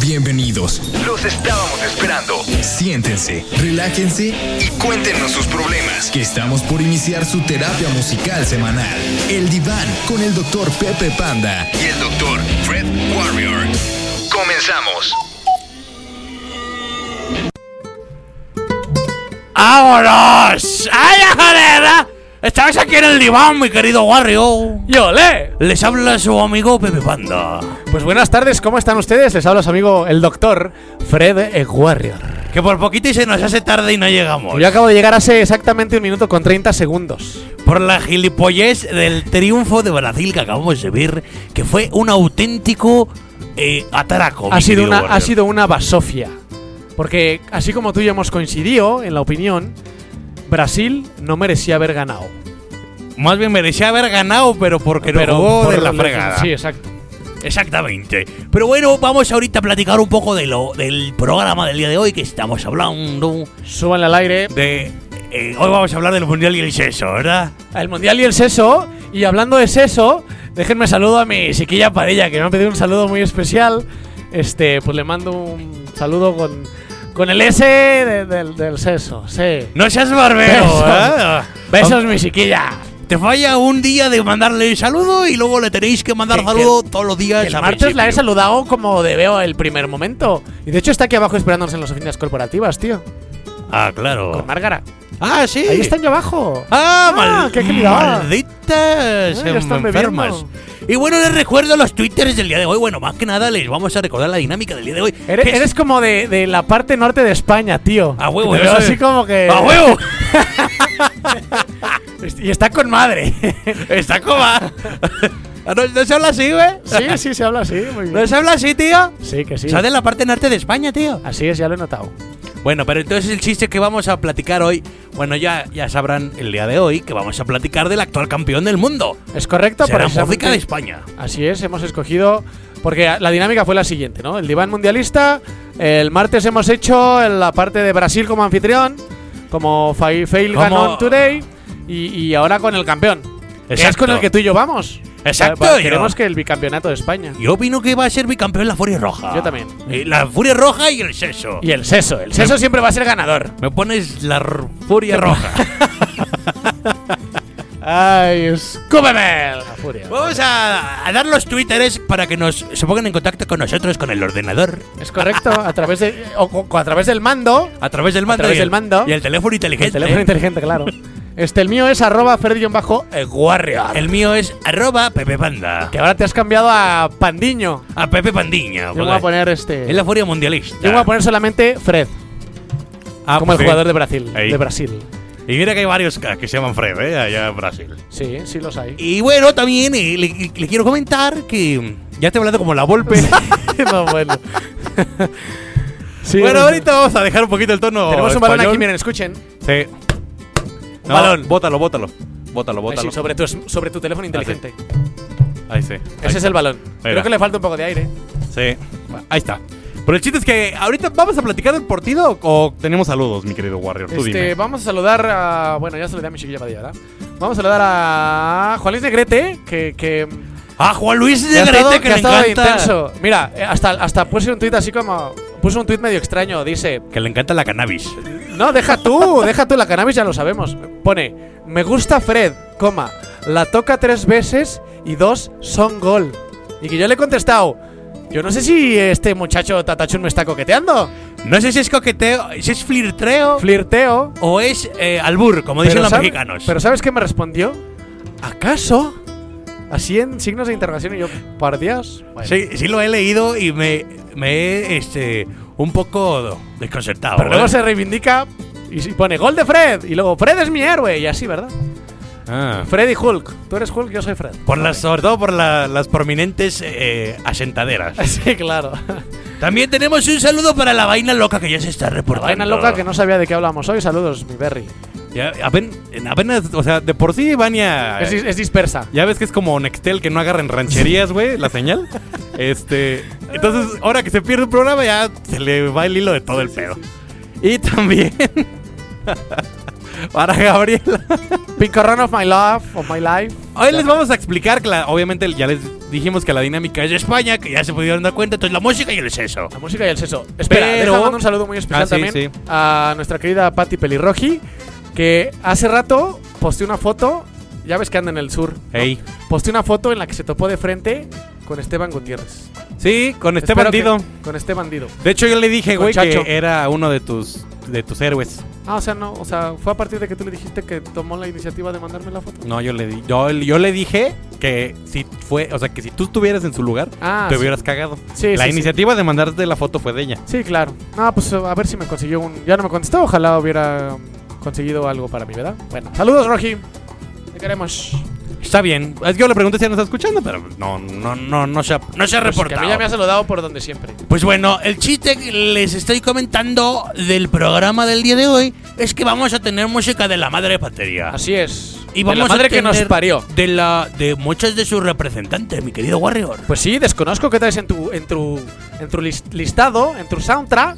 Bienvenidos. Los estábamos esperando. Siéntense, relájense y cuéntenos sus problemas. que estamos por iniciar su terapia musical semanal. El diván con el doctor Pepe Panda. Y el doctor Fred Warrior. Comenzamos. ¡Vámonos! ¡Ay, ajarera! Estabais aquí en el diván, mi querido Wario. ¡Yo le! Les habla su amigo Pepe Panda. Pues buenas tardes, ¿cómo están ustedes? Les habla su amigo el doctor Fred eh, Warrior. Que por poquito y se nos hace tarde y no llegamos. Yo acabo de llegar hace exactamente un minuto con 30 segundos. Por la gilipollez del triunfo de Brasil que acabamos de ver, que fue un auténtico eh, atraco. mi Ha sido, querido una, ha Warrior. sido una basofia. Porque así como tú y yo hemos coincidido en la opinión, Brasil no merecía haber ganado. Más bien merecía haber ganado, pero porque no jugó por de la los- fregada. Sí, exacto. Exactamente. Pero bueno, vamos ahorita a platicar un poco de lo, del programa del día de hoy que estamos hablando. Súbanle al aire. de. eh, hoy vamos a hablar del mundial y el sexo, ¿verdad? El mundial y el seso. Y hablando de seso, déjenme saludo a mi chiquilla Padilla, que me ha pedido un saludo muy especial. Este, pues le mando un saludo con, con el S de- del, del seso. Sí. No seas barbero, Besos. ¿eh? Besos, mi chiquilla. Te falla un día de mandarle saludo y luego le tenéis que mandar Que- saludo todos los días. El al martes la he principio. saludado como debeo el primer momento. Y de hecho está aquí abajo esperándonos en las oficinas corporativas, tío. Ah, claro. Con Márgara. Ah, sí. Ahí están yo abajo. Ah, Ah, mal- qué agilidad. malditas Ah, ya están enfermas. Y bueno, les recuerdo los twitters del día de hoy. Bueno, más que nada les vamos a recordar la dinámica del día de hoy. Eres, que es- eres como de, de la parte norte de España, tío. A huevo, Te yo veo soy- así como que. ¡A huevo! Y está con madre. Está coma. Ah, ¿No, no se habla así, güey? sí, sí, se habla así. Muy bien. ¿No se habla así, tío? Sí, que sí. Está de la parte norte de España, tío. Así es, ya lo he notado. Bueno, pero entonces el chiste que vamos a platicar hoy, bueno, ya, ya sabrán el día de hoy que vamos a platicar del actual campeón del mundo. Es correcto, Será precisamente- música de España. Así es, hemos escogido. Porque la dinámica fue la siguiente, ¿no? El diván mundialista. El martes hemos hecho la parte de Brasil como anfitrión. Como fa- Fail Como- ganó en Today. Y, y ahora con el campeón. que es Exacto. con el que tú y yo vamos. Exacto, Pa- pa- yo- Queremos que el bicampeonato de España. Yo opino que va a ser bicampeón la Furia Roja. Yo también. Eh, La Furia Roja y el seso. Y el seso. El seso siempre va a ser ganador. Me pones la r- Furia Roja. ¡Ay, escúpeme! La furia. vamos a, a dar los twitteres para que nos se pongan en contacto con nosotros con el ordenador. Es correcto, a través de o co- a través del mando, A través del mando. través y del el- mando. Y el teléfono inteligente. el teléfono inteligente, claro. Este el mío es arroba bajo warrior. Eh, El mío es arroba Pepe Panda. Que ahora te has cambiado a Pandiño. A Pepe Pandiña. Yo me voy a poner este. Ah, Es la Furia Mundialista. Yo me voy a poner solamente Fred, Ah, como el sí. jugador de Brasil, Ahí. de Brasil. Y mira que hay varios ca- que se llaman Fred, ¿eh? allá en Brasil. Sí, sí los hay. Y bueno, también eh, le, le- le quiero comentar que mm, ya estoy hablando como la Volpe. no, bueno. Sí, bueno, no- ahorita vamos a dejar un poquito el tono. Tenemos un español. balón aquí, miren, escuchen. Sí. No, Balón. Bótalo, bótalo. Bótalo, Ah, Ahí sí, sobre, tu, sobre tu teléfono inteligente. Ahí sí. Ese es el balón. Mira. Creo que le falta un poco de aire. Sí. Ahí está. Pero el chiste es que ahorita vamos a platicar del partido o tenemos saludos, mi querido Warrior. Este, vamos a saludar a. Bueno, ya saludé a mi chiquilla Padilla, ¿verdad? Vamos a saludar a Juan Luis Negrete, que. que Ah, Juan Luis que ha Negrete, estado- que, que le ha estado encanta. intenso. Mira, eh, hasta, hasta puse un tuit así como. Puso un tuit medio extraño. Dice: Que le encanta la cannabis. No, deja tú, deja tú la cannabis, ya lo sabemos. Pone: Me gusta Fred, coma. La toca tres veces y dos son gol. Y que yo le he contestado: Yo no sé si este muchacho Tatachun me está coqueteando. No sé si es coqueteo, si es flirtreo Flirteo. o es eh, albur, como dicen Pero los sabe- mexicanos. Pero ¿sabes qué me respondió? ¿Acaso? Así en signos de interrogación y yo, por Dios. Bueno, Sí, sí lo he leído y me, me he este, un poco desconcertado. Pero luego ¿eh? se reivindica y se pone gol de Fred. Y luego, Fred es mi héroe. Y así, ¿verdad? Ah. Fred y Hulk. Tú eres Hulk, yo soy Fred. Por las, sobre todo por la- las prominentes eh, asentaderas. sí, claro. También tenemos un saludo para la vaina loca que ya se está Por reportando. vaina loca que no sabía de qué hablamos hoy. Saludos, mi Berry. Ya, apen- apenas, o sea, de por sí Vania. Es, dis- es dispersa. Ya ves que es como Nextel que no agarran rancherías, güey, la señal. Este, entonces, ahora que se pierde un programa ya se le va el hilo de todo el pedo. Y también Para Gabriela. Pinko Run of My Love, of My Life. Hoy les vamos a explicar, que la- obviamente ya les dijimos que la dinámica es de España, que ya se pudieron dar cuenta, entonces la música y el sexo. La música y el sexo. Espera, Pero- deja mandar un saludo muy especial Ah, sí, también sí. a nuestra querida Patti Pelirroji, que hace rato posteó una foto, ya ves que anda en el sur. ¿no? Ey. Posteó una foto en la que se topó de frente con Esteban Gutiérrez. Sí, con este Espero bandido. que- Con este bandido. De hecho, yo le dije, Con güey, que Chacho. era uno de tus, de tus héroes. Ah, o sea, no, o sea, fue a partir de que tú le dijiste que tomó la iniciativa de mandarme la foto. No, yo le, di, yo, yo le dije que si fue, o sea, que si tú estuvieras en su lugar, Ah, te sí. hubieras cagado. Sí, la sí, sí. iniciativa de mandarte la foto fue de ella. Sí, claro. No, pues a ver si me consiguió un. Ya no me contestó, ojalá hubiera mm, conseguido algo para mí, ¿verdad? Bueno, saludos, Roji. Te queremos. Está bien. Es que yo le pregunté si ya nos está escuchando, pero no, no, no, no se ha, no se ha Pues que a reportado. mí ya me ha saludado por donde siempre. Pues bueno, el chiste que les estoy comentando del programa del día de hoy es que vamos a tener música de la madre patria. Así es. Y De vamos la madre a tener que nos parió. De la de muchos de sus representantes, mi querido Warrior. Pues sí, desconozco qué traes en tu, en tu, en tu lis- listado, en tu soundtrack,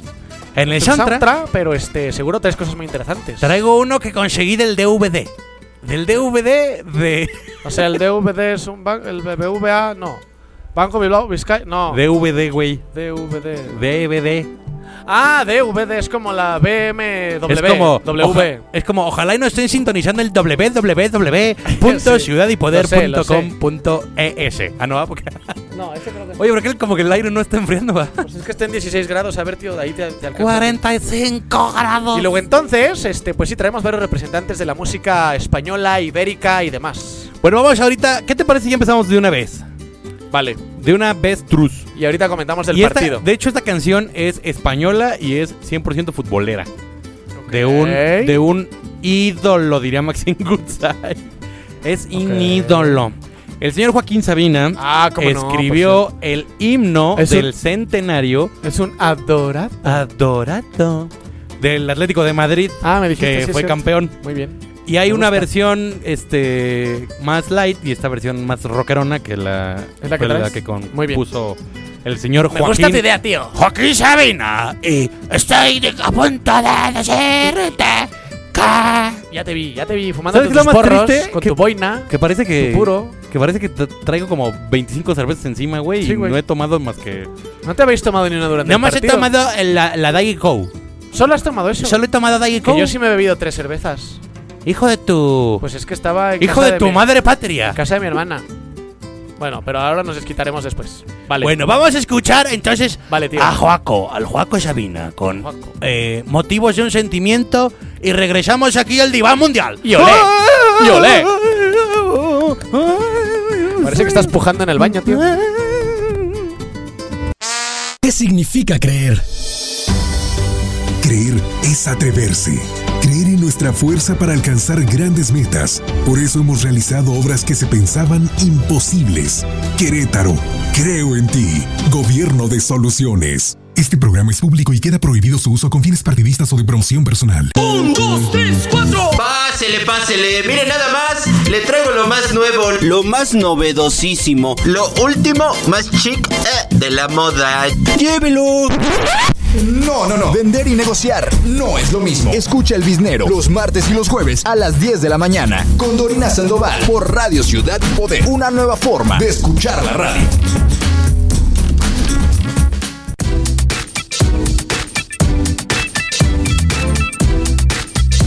En el tu soundtrack Pues soundtrack, pero este, seguro traes cosas muy interesantes. traigo uno que conseguí del DVD. Del DVD de O sea, el DVD es un banco, el BBVA, no. Banco Bilbao, Vizcaya, no. DVD, güey. DVD. DVD. Ah, DVD es como la BMW. Es como W. Es como, ojalá y no estén sintonizando el E Lo sé, www.ciudadypoder.com.es. Ah, no, ah, porque. No, ese creo que Oye, porque él- como que el aire no está enfriando, ah. va. Pues es que estén 16 grados, a ver, tío, de ahí te, te alcanza. 45 grados. Y luego entonces, este, pues sí, traemos varios representantes de la música española, ibérica y demás. Bueno, vamos ahorita. ¿Qué te parece si ya empezamos de una vez? Vale. De una vez, truz. Y ahorita comentamos el Y esta- partido. de hecho, esta canción es española y es 100% futbolera. Ok. De un de un ídolo, diría Maxim Goodside. Es un Ok. ídolo. El señor Joaquín Sabina Ah, cómo no, escribió el himno Es del un- centenario Es un adorado. adorado del Atlético de Madrid, Ah, me dijiste. que sí, es fue cierto. campeón. Muy bien. Y hay Me una gusta. versión este más light y esta versión más rockerona que la, ¿Es la que fue traes? Muy bien. compuso el señor Me gusta tu Joaquín. idea, tío. Joaquín Sabina. Y estoy de- a punto de decirte que- Ya te vi, ya te vi fumando ¿Sabes tus lo más porros triste? con Que- tu boina. Que parece que tu puro. Que parece que tra- traigo como 25 cervezas encima, güey. Sí, y güey. no he tomado más que. No te habéis tomado ni una durante No el más he partido. tomado la, la Dairy Coke. Solo has tomado eso. Solo he tomado Dairy que Coke. yo sí me he bebido tres cervezas. Hijo de tu. Pues es que estaba en hijo casa de, tu mi- madre patria. En casa de mi hermana. Bueno, pero ahora nos desquitaremos después. Vale. Bueno, vamos a escuchar entonces Vale, tío. a Joaco, al Joaco Sabina, con Joaco. eh, motivos de un sentimiento y regresamos aquí al diván mundial. Y olé. Y olé. Parece que estás pujando en el baño, tío. ¿Qué significa creer? Creer es atreverse. Creer en nuestra fuerza para alcanzar grandes metas. Por eso hemos realizado obras que se pensaban imposibles. Querétaro, creo en ti. Gobierno de soluciones. Este programa es público y queda prohibido su uso con fines partidistas o de promoción personal. Pásele, pásele. Mire nada más. Le traigo lo más nuevo, lo más novedosísimo, lo último, más chic eh, de la moda. Llévelo. No, no, no. Vender y negociar no es lo mismo. Escucha El Biznero los martes y los jueves a las 10 de la mañana con Dorina Sandoval por Radio Ciudad Poder. Una nueva forma de escuchar la radio.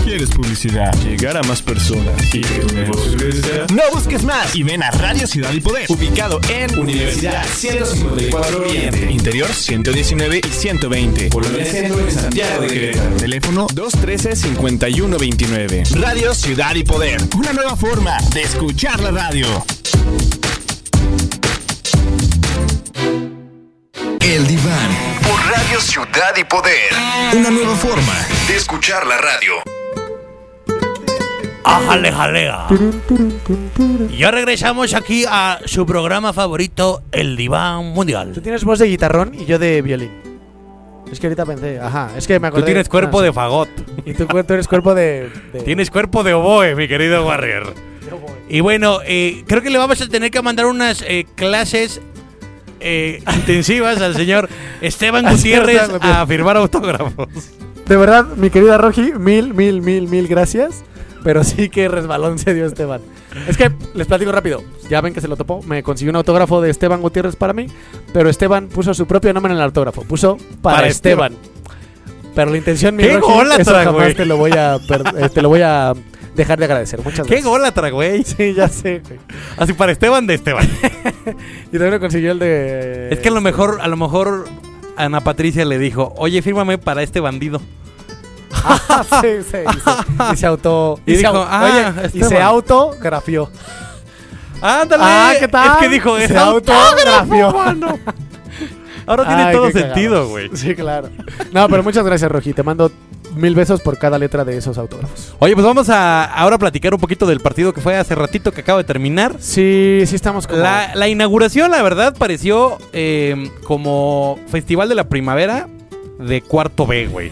¿Quieres publicidad? Llegar a más personas. ¿Y tu negocio crecerá? No busques más y ven a Radio Ciudad y Poder, ubicado en Universidad 154 Oriente, Interior 119 y 120, Polonia Centro en Santiago de Querétaro. Teléfono 213-5129. Radio Ciudad y Poder, una nueva forma de escuchar la radio. El Diván. Por Radio Ciudad y Poder. Una nueva forma. De escuchar la radio. A Ah, jale jalea. Y ya regresamos aquí a su programa favorito, el diván Tú mundial. tienes voz de guitarrón y yo de violín. Es que ahorita pensé, ajá, es que me acordé. Tú tienes cuerpo de fagot. Ah, Y tú, cu- tú eres cuerpo de. de- Tienes cuerpo de oboe, mi querido Warrior. Y bueno, eh, creo que le vamos a tener que mandar unas eh, clases eh, intensivas al señor Esteban Al señor Gutiérrez Esteban Gutiérrez. A firmar autógrafos. de verdad, mi querida Roji, mil, mil, mil, mil gracias. Pero sí que resbalón se dio Esteban. Es que les platico rápido. Ya ven que se lo topó. Me consiguió un autógrafo de Esteban Gutiérrez para mí. Pero Esteban puso su propio nombre en el autógrafo. Puso para, Para Esteban. Pero la intención, mi ¡Qué Roji, gólatra, eso jamás güey! te lo voy a per- eh, te lo voy a dejar de agradecer. Muchas ¡Qué gracias. golatra, güey! Sí, ya sé, güey. Así para Esteban de Esteban. Y también lo consiguió el de. Es que a lo mejor, a lo mejor Ana Patricia le dijo, oye, fírmame para este bandido. Ah, sí, sí, y se- Y se auto. Y se dijo, au- "Ah, oye, y Esteban". se autografió. ¡Ándale! Ah, ¿qué tal? Es que dijo, se "Es autografió. Ahora tiene Ay, todo qué sentido, cagados. güey. Sí, claro. No, pero muchas gracias, Roji. Te mando mil besos por cada letra de esos autógrafos. Oye, pues vamos a ahora a platicar un poquito del partido que fue hace ratito que acaba de terminar. Sí, sí, estamos como. La, la inauguración, la verdad, pareció eh, como Festival de la Primavera de cuarto B, güey.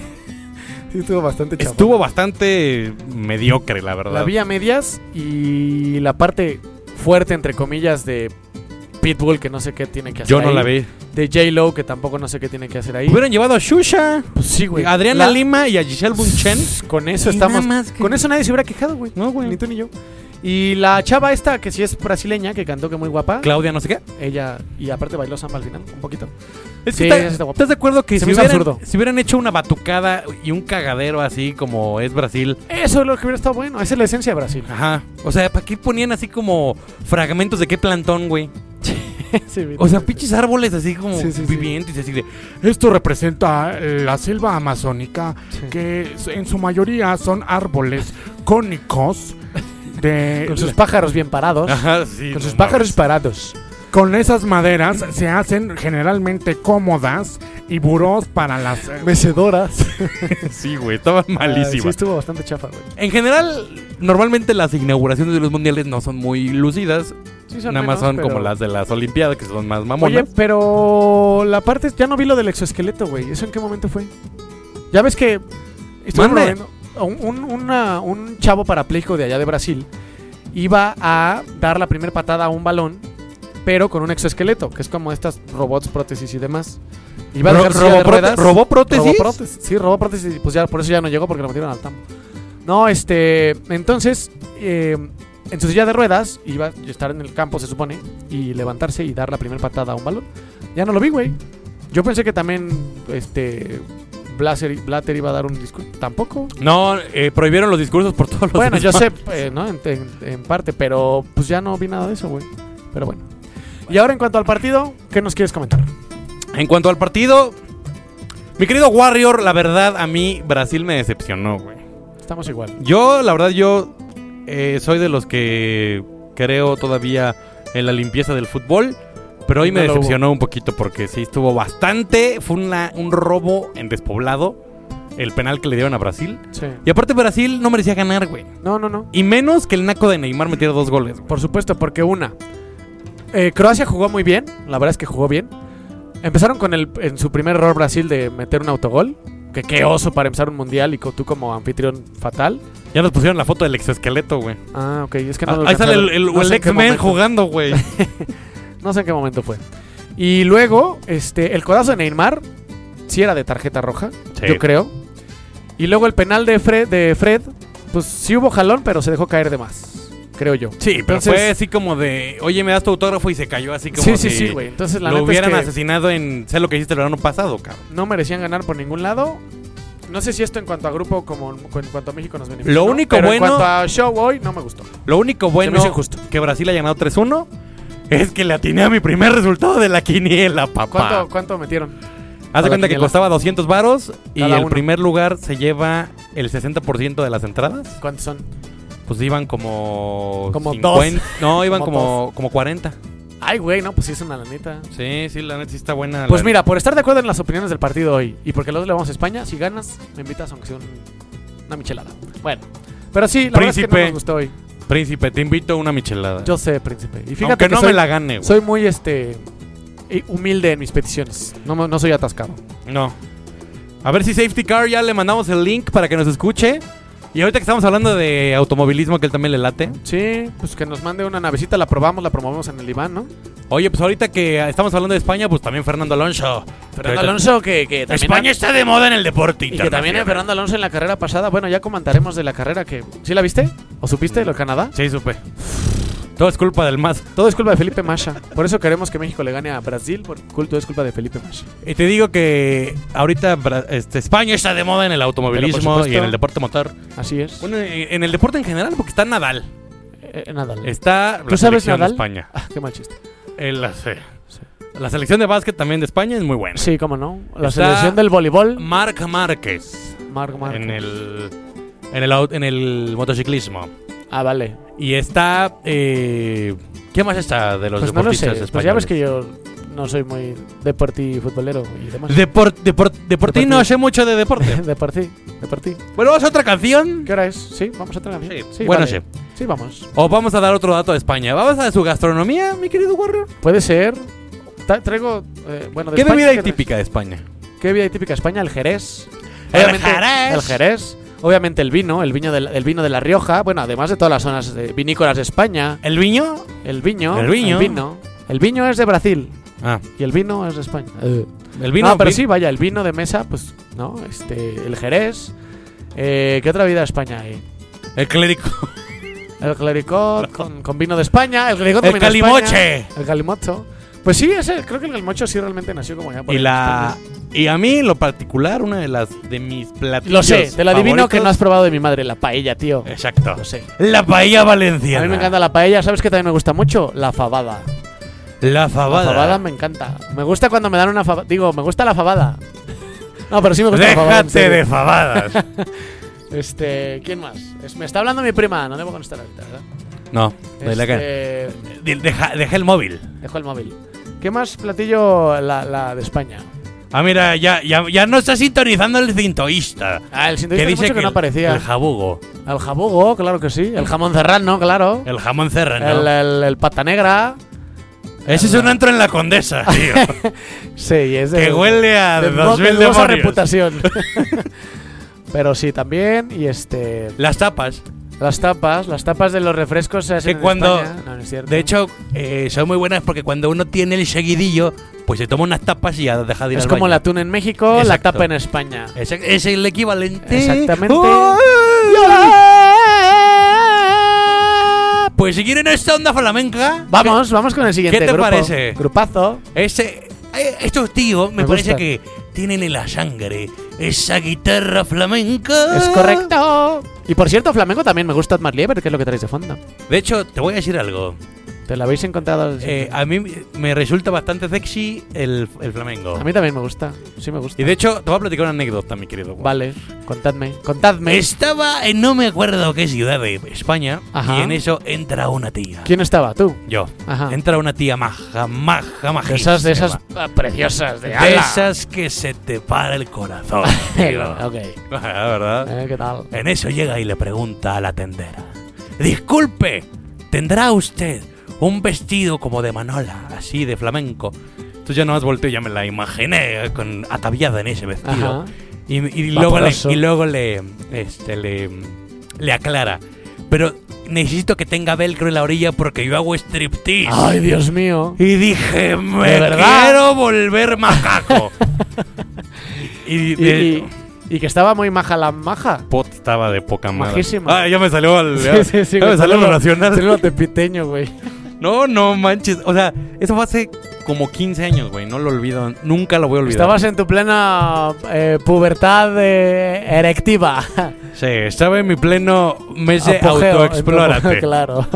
Sí, estuvo bastante chavo. Estuvo bastante mediocre, la verdad. La vía medias y la parte fuerte, entre comillas, de Pitbull, que no sé qué tiene que hacer. Yo no ahí. la vi. De J-Lo, que tampoco no sé qué tiene que hacer ahí. Hubieran llevado a Shusha, Pues sí, güey. a Adriana La- Pues Lima y a Giselle Bunchen. Con eso Y estamos. nada más que- Con eso nadie se hubiera quejado, güey. No, güey. Ni tú ni yo. Y la chava esta, que sí es brasileña, que cantó que muy guapa. Claudia, no sé qué. Ella, y aparte bailó samba al final, un poquito. Es que Sí, está- ella sí está guapa. ¿Estás de acuerdo que Se si me hizo hubieran, absurdo. si hubieran hecho una batucada y un cagadero así como es Brasil? Eso es lo que hubiera estado bueno. Esa es la esencia de Brasil. Ajá. O sea, ¿para qué ponían así como fragmentos de qué plantón, güey? Sí, mira. O sea, pinches árboles así como Sí, sí, sí. vivientes, así de. Esto representa eh, la selva amazónica, Sí. que en su mayoría son árboles cónicos de con sus pájaros bien parados. Ah, Ajá, sí. con no sus pájaros parados. Con esas maderas se hacen generalmente cómodas y burós para las... eh, Mecedoras. mames. Sí, güey, estaba Malísimo. Ah, sí, malísima. estuvo bastante chafa, güey. En general, normalmente las inauguraciones de los mundiales no son muy lucidas. Sí, son Nada más menos, son pero- como las de las Olimpiadas, que son más Oye, mamonas. pero la parte. Ya no vi lo del exoesqueleto, güey. ¿Eso en qué momento fue? Ya ves que. estuve Mande. probando- Un, un- una- un chavo parapléjico de allá de Brasil iba a dar la primera patada a un balón, pero con un exoesqueleto, que es como estas robots, prótesis y demás. Iba a Ro- dejar silla de roboprote- ruedas. ¿roboprótesis? Roboprótesis, Sí, robó prótesis. Pues ya por eso ya no llegó porque lo metieron al tambo. No, este. Entonces, eh, en su silla de ruedas, iba a estar en el campo, se supone, y levantarse y dar la primera patada a un balón. Ya no lo vi, güey. Yo pensé que también, este. Blaser, Blatter iba a dar un discurso. Tampoco. No, eh, prohibieron los discursos por todos los. Bueno, yo sé, espacios. eh, ¿no? En, en- en parte, pero pues ya no vi nada de eso, güey. Pero bueno. Y ahora en cuanto al partido, ¿qué nos quieres comentar? En cuanto al partido, mi querido Warrior, la verdad, a mí Brasil me decepcionó, güey. Estamos igual. Yo, la verdad, yo eh, soy de los que creo todavía en la limpieza del fútbol. Pero hoy No me lo hubo. decepcionó un poquito porque sí estuvo bastante. Fue una- un robo en despoblado. El penal que le dieron a Brasil. Sí. Y aparte, Brasil no merecía ganar, güey. No, no, no. Y menos que el naco de Neymar metiera dos goles, güey. Por supuesto, porque una. eh, Croacia jugó muy bien, la verdad es que jugó bien. Empezaron con el en su primer error Brasil de meter un autogol. Que qué oso para empezar un mundial y co- tú como anfitrión fatal. Ya nos pusieron la foto del exoesqueleto, güey. Ah, ok, es que no Ah, lo Ahí sale el, alcancé a ver. el- No el sé en qué X-Men momento. jugando, güey. No sé en qué momento fue. Y luego, este, el codazo de Neymar, sí era de tarjeta roja, Sí. yo creo. Y luego el penal de Fred, de Fred, pues sí hubo jalón, pero se dejó caer de más, creo yo. Sí, pero Entonces- fue así como de, oye, me das tu autógrafo y se cayó así como Sí, sí, si sí, güey. Entonces la Lo neta es hubieran que asesinado en, sé lo que hiciste el verano pasado, cabrón. no merecían ganar por ningún lado. No sé si esto en cuanto a grupo como en cuanto a México nos benefició. Lo único pero bueno- en cuanto a show hoy no me gustó. Lo único Se me bueno hizo injusto. que Brasil ha ganado 3-1 es que le atiné a mi primer resultado de la quiniela, papá. ¿Cuánto, cuánto metieron? Haz a la de cuenta que quiniela? costaba 200 varos y Cada el uno. primer lugar se lleva el 60% de las entradas. ¿Cuántos son? Pues iban como... Como 50 No, iban Como como, como 40. Ay, güey, no, pues sí es una lanita. Sí, sí, la neta sí está buena. Pues la- mira, por estar de acuerdo en las opiniones del partido hoy y porque los le vamos a España, si ganas, me invitas aunque sea un- una michelada. Bueno, pero sí, la verdad es que Príncipe. no nos gustó hoy. Príncipe, te invito a una michelada. Yo sé, príncipe. Y fíjate Aunque que no soy, me la gane, güey. soy muy este eh, humilde en mis peticiones. No, me- no soy atascado. No. A ver si Safety Car ya le mandamos el link para que nos escuche. Y ahorita que estamos hablando de automovilismo, que él también le late. Sí, pues que nos mande una navecita, la probamos, la promovemos en el diván, ¿no? Oye, pues ahorita que estamos hablando de España, pues también Fernando Alonso. Fernando Alonso que, que también España está de moda en el deporte Y que también internacional. Fernando Alonso en la carrera pasada. Bueno, ya comentaremos de la carrera que. ¿Sí la viste? ¿O supiste lo de Canadá? Sí, supe. Todo es culpa del más. Todo es culpa de Felipe Massa. Por eso queremos que México le gane a Brasil, por culto es culpa de Felipe Massa. Y te digo que ahorita Bra- este, España está de moda en el Pero por automovilismo supuesto. y en el deporte motor. Así es. Bueno, en en el deporte en general, porque está Nadal. Eh, Nadal. Está ¿Tú sabes selección Nadal? de España. Ah, qué mal chiste. Eh, la, sí. La selección de básquet también de España es muy buena. Sí, cómo no. La Está- selección del voleibol. Marc Márquez Marc Márquez. en el en el au- en el motociclismo. Ah, vale. Y está eh, ¿Qué más está de los Pues no lo sé. deportistas Pues ya españoles? ves que yo no soy muy deporti futbolero y demás. Depor- depor- deportín no Deportivo. sé mucho de deporte. deporti, deporti. bueno, vamos a otra canción. ¿Qué hora es? Sí, vamos a otra canción. Sí. Bueno, vale. sí. Sí, vamos. O vamos a dar otro dato de España. Vamos a su gastronomía, mi querido Warrior. Puede ser. Ta- traigo. eh, bueno, de ¿Qué España, bebida hay tra- típica de España? ¿Qué bebida hay típica de España? El jerez. El Obviamente, jerez. El jerez. Obviamente el vino, el vino, de la, el vino de La Rioja. Bueno, además de todas las zonas eh, vinícolas de España. ¿El viño? El viño. El viño. El vino, el viño es de Brasil Ah, y el vino es de España. Eh. el vino. No, pero vi- sí, vaya, el vino de mesa, pues, ¿no? Este, el jerez. Eh, ¿Qué otra bebida de España hay? El clérigo. El clericot con, con vino de España. El clericot con El vino de calimoche. España, el calimocho. Pues sí, ese, creo que el calimocho sí realmente nació como ya por Y ahí. la y a mí en lo particular una de las de mis platillos. Lo sé, te lo adivino que no has favoritos- probado de mi madre, la paella, tío. Exacto. eh. Lo sé. La paella valenciana. A mí me encanta la paella, ¿sabes que también me gusta mucho? La fabada. la fabada. La fabada me encanta. Me gusta cuando me dan una fabada. Digo, me gusta la fabada. No, pero sí me gusta la fabada. en Déjate serio. de fabadas. Este, ¿quién más? Es- me está hablando mi prima, no debo contestar ahorita, ¿verdad? no, de la cara. Este, De- Deja, deja el móvil. Dejó el móvil. ¿Qué más platillo la, la de España? Ah, mira, ya, ya, ya no está sintonizando el cintoísta. Ah, el que sintonista dice mucho que, no aparecía. El jabugo. El jabugo, claro que sí. El jamón serrano, claro. El jamón serrano. El, eh, el- el pata negra. Ese es un antro en la condesa, tío. Sí, es de. que huele a de Ah, dos dos- mil dudosa demonios. reputación. Pero sí, también. Y este. Las tapas. Las tapas. Las tapas de los refrescos se hacen Que en cuando- España. No, no es cierto. De hecho, eh, son muy buenas porque cuando uno tiene el seguidillo, pues se toma unas tapas y ya deja de ir es al como el baño. atún en México, la Exacto. Eh. tapa en España. Es, es el equivalente. Exactamente. Pues si quieren esta onda flamenca, Vamos, vamos con el siguiente te grupo. parece? Grupazo. ese, eh, estos tíos me, Me parece gusta. que tienen en la sangre esa guitarra flamenca. Es correcto. Y por cierto, flamenco también me gusta Otmar Lieber, que es lo que traes de fondo. De hecho, te voy a decir algo. Te lo habéis encontrado. Eh, a mí me resulta bastante sexy el, el flamenco. a mí también me gusta. Sí me gusta. Y de hecho, te voy a platicar una anécdota, mi querido. Juan. Vale, contadme. Contadme. Estaba en no me acuerdo qué ciudad de España Ajá. y en eso entra una tía. ¿Quién estaba? ¿Tú? Yo. Ajá. Entra una tía maja, maja, maja. De esas, de esas ah, preciosas, de, De ala. esas que se te para el corazón. ok. La verdad. Eh, ¿Qué tal? En eso llega y le pregunta a la tendera. Disculpe, ¿tendrá usted un vestido como de Manola, así de flamenco? Tú ya no has volteo, ya me la imaginé eh, con, ataviada en ese vestido. Ajá. Y, y luego, le, Vaporoso. y luego le, este, le, le aclara. Pero necesito que tenga velcro en la orilla porque yo hago striptease. Ay, Dios mío. Y dije, me ¿De verdad? quiero volver macaco. y, Y, y- y que estaba muy maja la maja. Pot estaba de poca madre. Majísima. Ah, ya me salió al. ya- ya me güey, salió lo saludo- nacional. saludo tepiteño, güey. No, no manches. O sea, eso fue hace como 15 años, güey. No lo olvido. Nunca lo voy a olvidar. Estabas en tu plena eh, pubertad eh, erectiva. Sí, estaba en mi pleno mes de Apogeo, autoexplórate. claro.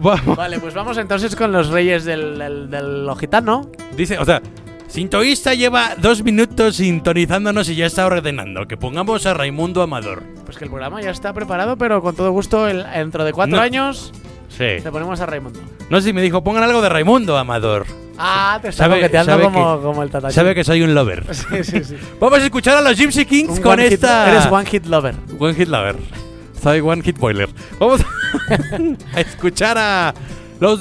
Vamos. Vale, pues vamos entonces con los reyes del, del, del lo gitano. Dice, o sea, Sintoísta lleva dos minutos sintonizándonos y ya está ordenando que pongamos a Raimundo Amador. Pues que el programa ya está preparado, pero con todo gusto, el- dentro de cuatro No. años Sí. te ponemos a Raimundo. No sé si me dijo, pongan algo de Raimundo Amador. Ah, te Sabe- sabe que te ando sabe como, que- como el tatachín. Sabe que soy un lover. Sí, sí, sí. Vamos a escuchar a los Gypsy Kings Un con one hit- esta. eres one hit lover. One Hit Lover. Soy One Hit Boiler. Vamos a escuchar a los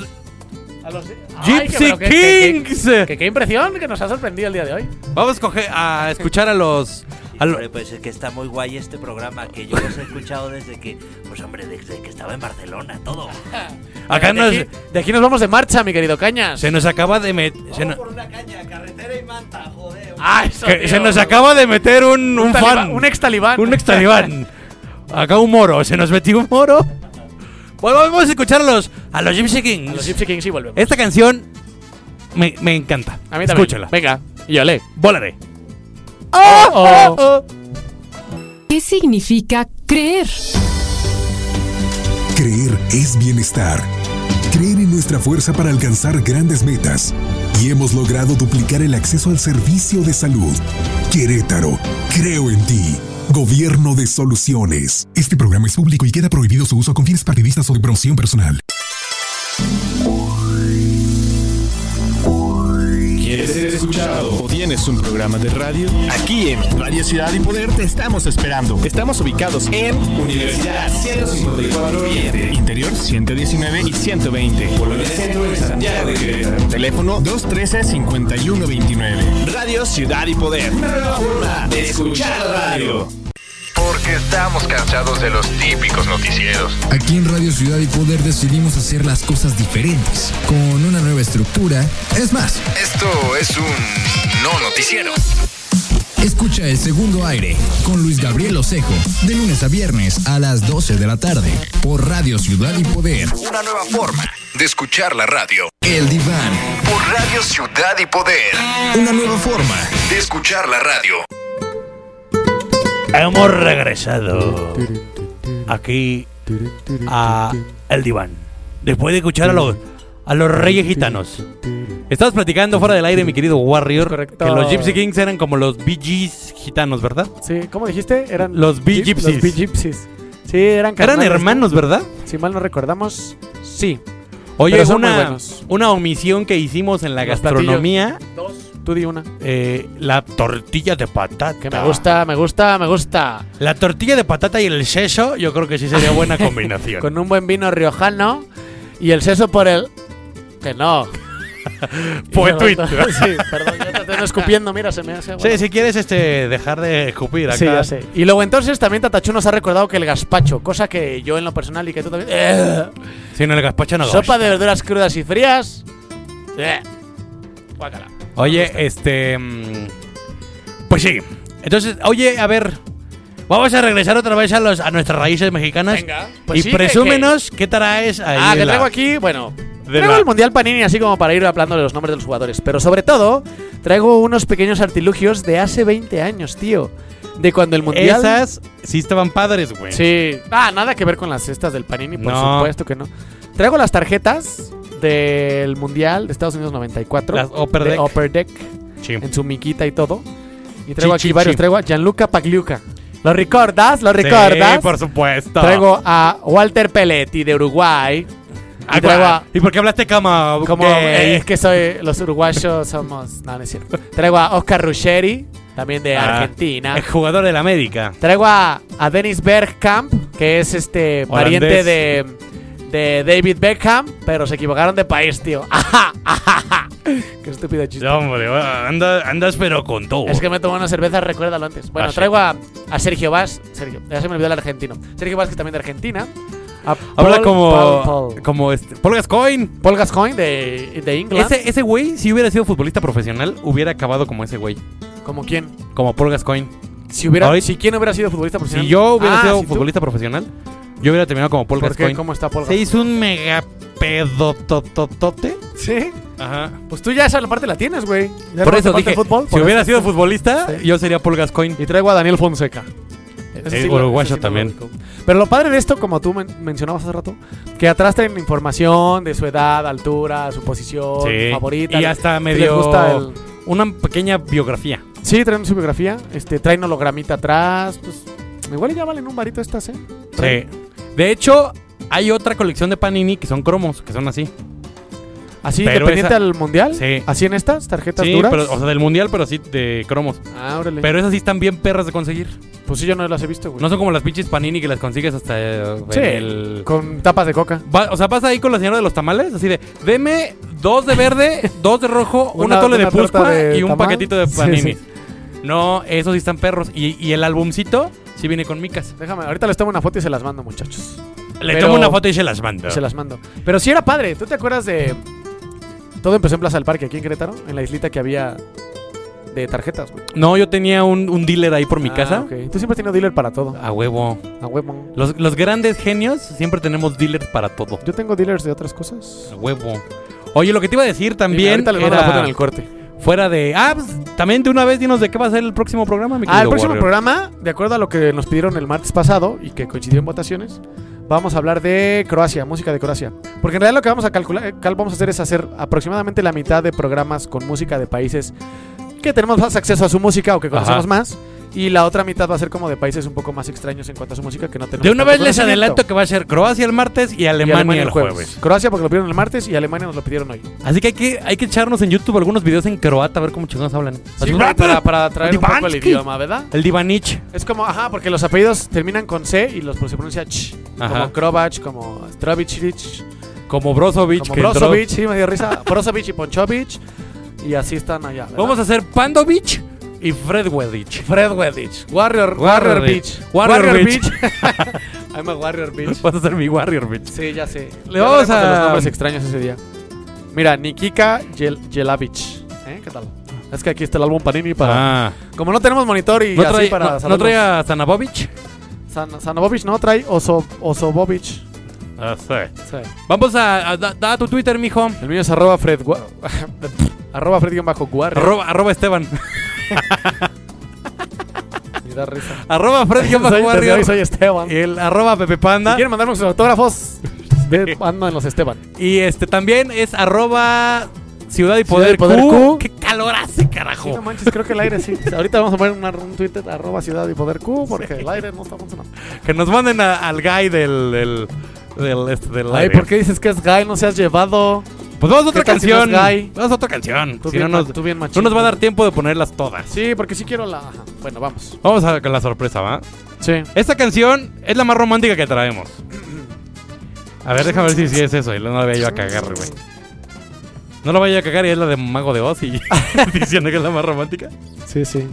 Ay, que- Gypsy pero que- que- que- Kings. que- Qué impresión que nos ha sorprendido el día de hoy. Vamos a coger- a escuchar a los Hombre, pues es que está muy guay este programa que yo los he escuchado desde que, pues hombre, desde que estaba en Barcelona, todo. Acá de, aquí, de aquí nos vamos de marcha, mi querido Cañas. Se nos acaba de meter. Se, no- una caña, carretera y manta, joder. Ah, eso, que tío. se nos acaba de meter un, un, taliba- fan. un ex talibán. Un ex talibán. Acá un moro. Se nos metió un moro. Volvemos a escucharlos a los Gypsy Kings. A los Gypsy Kings y volvemos. Esta canción me, me encanta. A mí también. Escúchala. Venga, y olé. Volaré. Oh, oh. ¿Qué significa creer? Creer es bienestar. Creer en nuestra fuerza para alcanzar grandes metas. Y hemos logrado duplicar el acceso al servicio de salud. Querétaro, creo en ti. Gobierno de soluciones. Este programa es público y queda prohibido su uso con fines partidistas o de promoción personal. ¿Quieres ser escuchado o tienes un programa de radio? Aquí en Radio Ciudad y Poder te estamos esperando. Estamos ubicados en Universidad 154 Oriente, Interior 119 y 120, Polonia Centro de Santiago de Querétaro. Teléfono 213-5129. Radio Ciudad y Poder. Una nueva forma de escuchar la radio. Porque estamos cansados de los típicos noticieros. Aquí en Radio Ciudad y Poder decidimos hacer las cosas diferentes, con una nueva estructura. Es más, Esto es un no noticiero. escucha el segundo aire con Luis Gabriel Osejo, de lunes a viernes a las 12 de la tarde, por Radio Ciudad y Poder. Una nueva forma de escuchar la radio. El diván, Por Radio Ciudad y Poder. una nueva forma. De escuchar la radio. Hemos regresado aquí a El Diván. Después de escuchar a los, a los Reyes Gitanos. Estabas platicando fuera del aire, mi querido Warrior, correcto. que los Gypsy Kings eran como los Bee Gees gitanos, ¿verdad? Sí, ¿cómo dijiste? Eran Los Bee Gi- Gypsies. Los Bee Gypsies. Sí, eran Eran carnales, hermanos, ¿verdad? Si mal no recordamos, sí. Oye, Pero es son muy una, buenos. una omisión que hicimos en la Los gastronomía, Dos. Tú di una. eh, la tortilla de patata. Que me gusta, me gusta, me gusta. La tortilla de patata y el seso, yo creo que sí sería buena combinación. Con un buen vino riojano y el seso por el. Que no. Fue Y- tuit. sí, perdón, ya te estoy escupiendo, mira, se me hace. Sí, si quieres este, dejar de escupir acá. Sí, ya sé. Y luego entonces también Tatachu nos ha recordado que el gazpacho, cosa que yo en lo personal y que tú también. ¡Eh! Si no, el gazpacho no Sopa gosta. de verduras crudas y frías. ¡Eh! Guácala. Oye, este. mm, Pues sí. Entonces, oye, a ver. Vamos a regresar otra vez a, los, a nuestras raíces mexicanas. Venga. Pues y sí, ¿qué- presúmenos qué traes ahí. Ah, de que la- traigo aquí, bueno, de traigo la- el Mundial Panini así como para ir hablando de los nombres de los jugadores, pero sobre todo traigo unos pequeños artilugios de hace 20 años, tío, de cuando el Mundial Esas sí estaban padres, güey. Sí. Ah, nada que ver con las cestas del Panini, por No. supuesto que no. Traigo las tarjetas del Mundial de Estados Unidos 94. Las Upper de Deck. Upper Deck, Sí. En su miquita y todo. Y traigo Chi, aquí chi, varios. chi. Traigo a Gianluca Pagliuca. ¿Lo recordas? ¿Lo Sí, recordas? por supuesto. Traigo a Walter Peletti de Uruguay. Ah, y traigo a- ¿Y por qué hablaste como.? como gay? eh, es que soy los uruguayos somos, no, no es cierto. Traigo a Oscar Ruggeri, también de Ah, Argentina. Es jugador del América. Traigo a, a Dennis Bergkamp, que es este pariente Holandés. de, de David Beckham, pero se equivocaron de país, tío. Ajá, ajá, ajá. Qué estúpido chiste. Ya, hombre, va, anda- andas pero con todo. Es que me tomo una cerveza, recuérdalo antes. Bueno, Ah, sí. traigo a, a Sergio Vaz. Sergio, ya se me olvidó el argentino. Sergio Vázquez también de Argentina. A Habla Paul- como. Paul, Paul. Como este. Paul Gascoigne. Paul Gascoigne de, de Inglaterra. Ese, ese güey, si hubiera sido futbolista profesional, hubiera acabado como ese güey. ¿Como quién? Como Paul Gascoigne. Si, hubiera, Ahorita- si quién hubiera sido futbolista profesional. Si yo hubiera Ah, sido si tú. futbolista profesional, yo hubiera terminado como Paul ¿Por qué? Gascoigne. ¿Cómo está Paul Se hizo un mega pedotototote. ¿Sí? Ajá. Pues tú ya esa parte la tienes, güey. Ya Por no eso te falta dije, fútbol, si por hubiera eso. sido futbolista, yo sería Paul Gascoigne. Y traigo a Daniel Fonseca. Ese Es sí lo- Eh, uruguayo ese sí no lo también. ubico. Pero lo padre de esto, como tú men- mencionabas hace rato, que atrás traen información de su edad, altura, su posición Sí. favorita. Y le- hasta si medio- les gusta el- Una pequeña biografía. Sí, traen su biografía. Este, traen hologramita atrás. Pues, igual ya valen un barito estas, ¿eh? Sí. De hecho, hay otra colección de Panini que son cromos, que son así. Así, Pero independiente esa- al mundial. Sí. Así en estas, tarjetas Sí, duras. pero, o sea, del mundial, pero sí de cromos. ah, órale. Pero esas sí están bien perras de conseguir. pues sí, yo no las he visto, güey. No son como las pinches Panini que las consigues hasta eh, Sí, en el. con tapas de coca. Va- o sea, vas ahí con la señora de los tamales, así de, deme dos de verde, dos de rojo, una, Una- tole de una torta púrpura de y un tamal". paquetito de Sí, panini. sí. No, esos sí están perros. Y, y el albumcito sí viene con micas. Déjame, ahorita les tomo una foto y se las mando, muchachos. Le Pero- tomo una foto y se las mando. Se las mando. Pero sí era padre. ¿Tú te acuerdas de...? Todo empezó en Plaza del Parque, aquí en Querétaro, en la islita que había de tarjetas, güey. No, yo tenía un, un dealer ahí por mi casa. Ah. Ah, ok. Tú siempre tienes dealer para todo. A huevo. A huevo. Los, los grandes genios siempre tenemos dealers para todo. Yo tengo dealers de otras cosas. A huevo. Oye, lo que te iba a decir también. ahorita les mando era- la foto en el corte. Fuera de. Ah, pues, también de una vez dinos de qué va a ser el próximo programa, mi Ah, el querido próximo Warrior. programa, de acuerdo a lo que nos pidieron el martes pasado y que coincidió en votaciones, vamos a hablar de Croacia, música de Croacia. Porque en realidad lo que vamos a calcular, eh, cal- vamos a hacer es hacer aproximadamente la mitad de programas con música de países que tenemos más acceso a su música o que conocemos Ajá. más. Y la otra mitad va a ser como de países un poco más extraños en cuanto a su música que no tenemos. De una tanto vez les conocimiento. adelanto que va a ser Croacia el martes y Y Alemania, el jueves. Croacia porque lo pidieron el martes y Alemania nos lo pidieron hoy. Así que hay, que hay que echarnos en YouTube algunos videos en croata a ver cómo chingados hablan. Así, para, para- para traer un poco el Divanski. idioma, ¿verdad? El Divanich. Es como, ajá, porque los apellidos terminan con C y los pues, se pronuncia ch. Ajá. Como Krovach, como Stravichrich, Como Brozovic. como que entró. Brozovic, sí, me dio risa. Brozovic y Ponchovic. Y así están allá. ¿verdad? Vamos a hacer Pandovic y Fredwedich. Fredwedich. Warrior, Warrior Warrior Beach. Beach. Warrior Beach. I'm a Warrior Beach. Vas a ser mi Warrior Beach. Sí, ya sé. Le Ya vamos hablaremos de Los a. nombres extraños ese día. Mira, Nikika Jel Jelavic. ¿Eh? ¿Qué tal? Es que aquí está el álbum Panini para. Ah. Como no tenemos monitor y ¿No así trae, para. no- no, saberlos. trae a Zanabovich? San, Sanobovic no trae Oso, Osobovic. Ah, sí. Sí. Vamos a. a- da, da tu Twitter, mijo. El mío es arroba Fred. gua- arroba Fred bajo guardia. Arroba, arroba Esteban. Y da risa. arroba Fred guión bajo Soy- desde Warrior. hoy soy Esteban. Y el arroba Pepe Panda. Si quieren mandarme sus autógrafos, ve, mando en los Esteban. Y este también es arroba Ciudad y Poder, y Poder Q. Q. ¡Qué calor hace, Sí, no carajo! manches, creo que el aire sí. Ahorita vamos a poner una- un Twitter arroba Ciudad y Poder Q porque el aire no está funcionando. Que nos manden a- al guy del. del, del, este, del Ay, aire. ¿por qué dices que es gay? No se has llevado. Pues vamos a otra ¿Qué tal si canción. no es gay? vamos a otra canción. Tú Si bien no, ma- nos, tú bien no machito. nos va a dar tiempo de ponerlas todas. Sí, porque sí quiero la. ajá. Bueno, vamos. Vamos a con la sorpresa, ¿va? Sí. Esta canción es la más romántica que traemos. A ver, déjame ver si, si es eso. y No la voy yo a cagar, güey. No la vaya a cagar y es la de Mago de Oz y diciendo que es la más romántica. Sí, sí.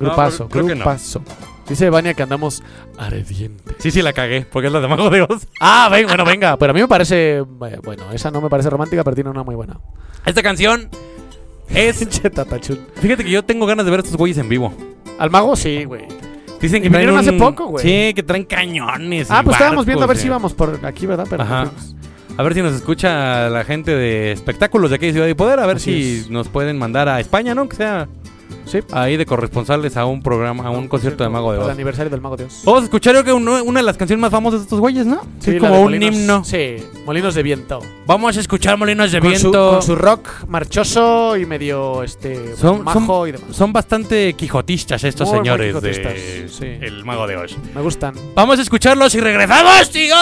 Grupazo, No, creo que no. grupazo. Dice Vania que andamos ardiente. Sí, sí, la cagué, porque es la de Mago de Oz. Ah, ven, bueno, venga. Pero a mí me parece. eh, Bueno, esa no me parece romántica, pero tiene una muy buena. Esta canción es. Che, tatachul. Fíjate que yo tengo ganas de ver a estos güeyes en vivo. Al mago sí, güey. Dicen que Y vinieron traen hace un- poco, güey. Sí, que traen cañones. Ah, y pues estábamos barcos, viendo a ver eh. si íbamos por aquí, ¿verdad? Pero no Ajá. fuimos. A ver si nos escucha la gente de espectáculos de aquí de Ciudad y Poder. A ver Así si es. nos pueden mandar a España, ¿no? Que sea Sí. ahí de corresponsales a un programa, a un concierto de Mago de El Oz. aniversario del Mago de Oz. Vamos a escuchar creo que un- una de las canciones más famosas de estos güeyes, ¿no? Sí, la como de un Molinos- himno. Sí, Molinos de Viento. Vamos a escuchar Molinos de Con su, Viento. con su rock marchoso y medio este son, majo son- y demás. son bastante quijotistas estos Muy, muy señores de quijotistas, sí. El Mago de Oz. Me gustan. Vamos a escucharlos y regresamos, sigo.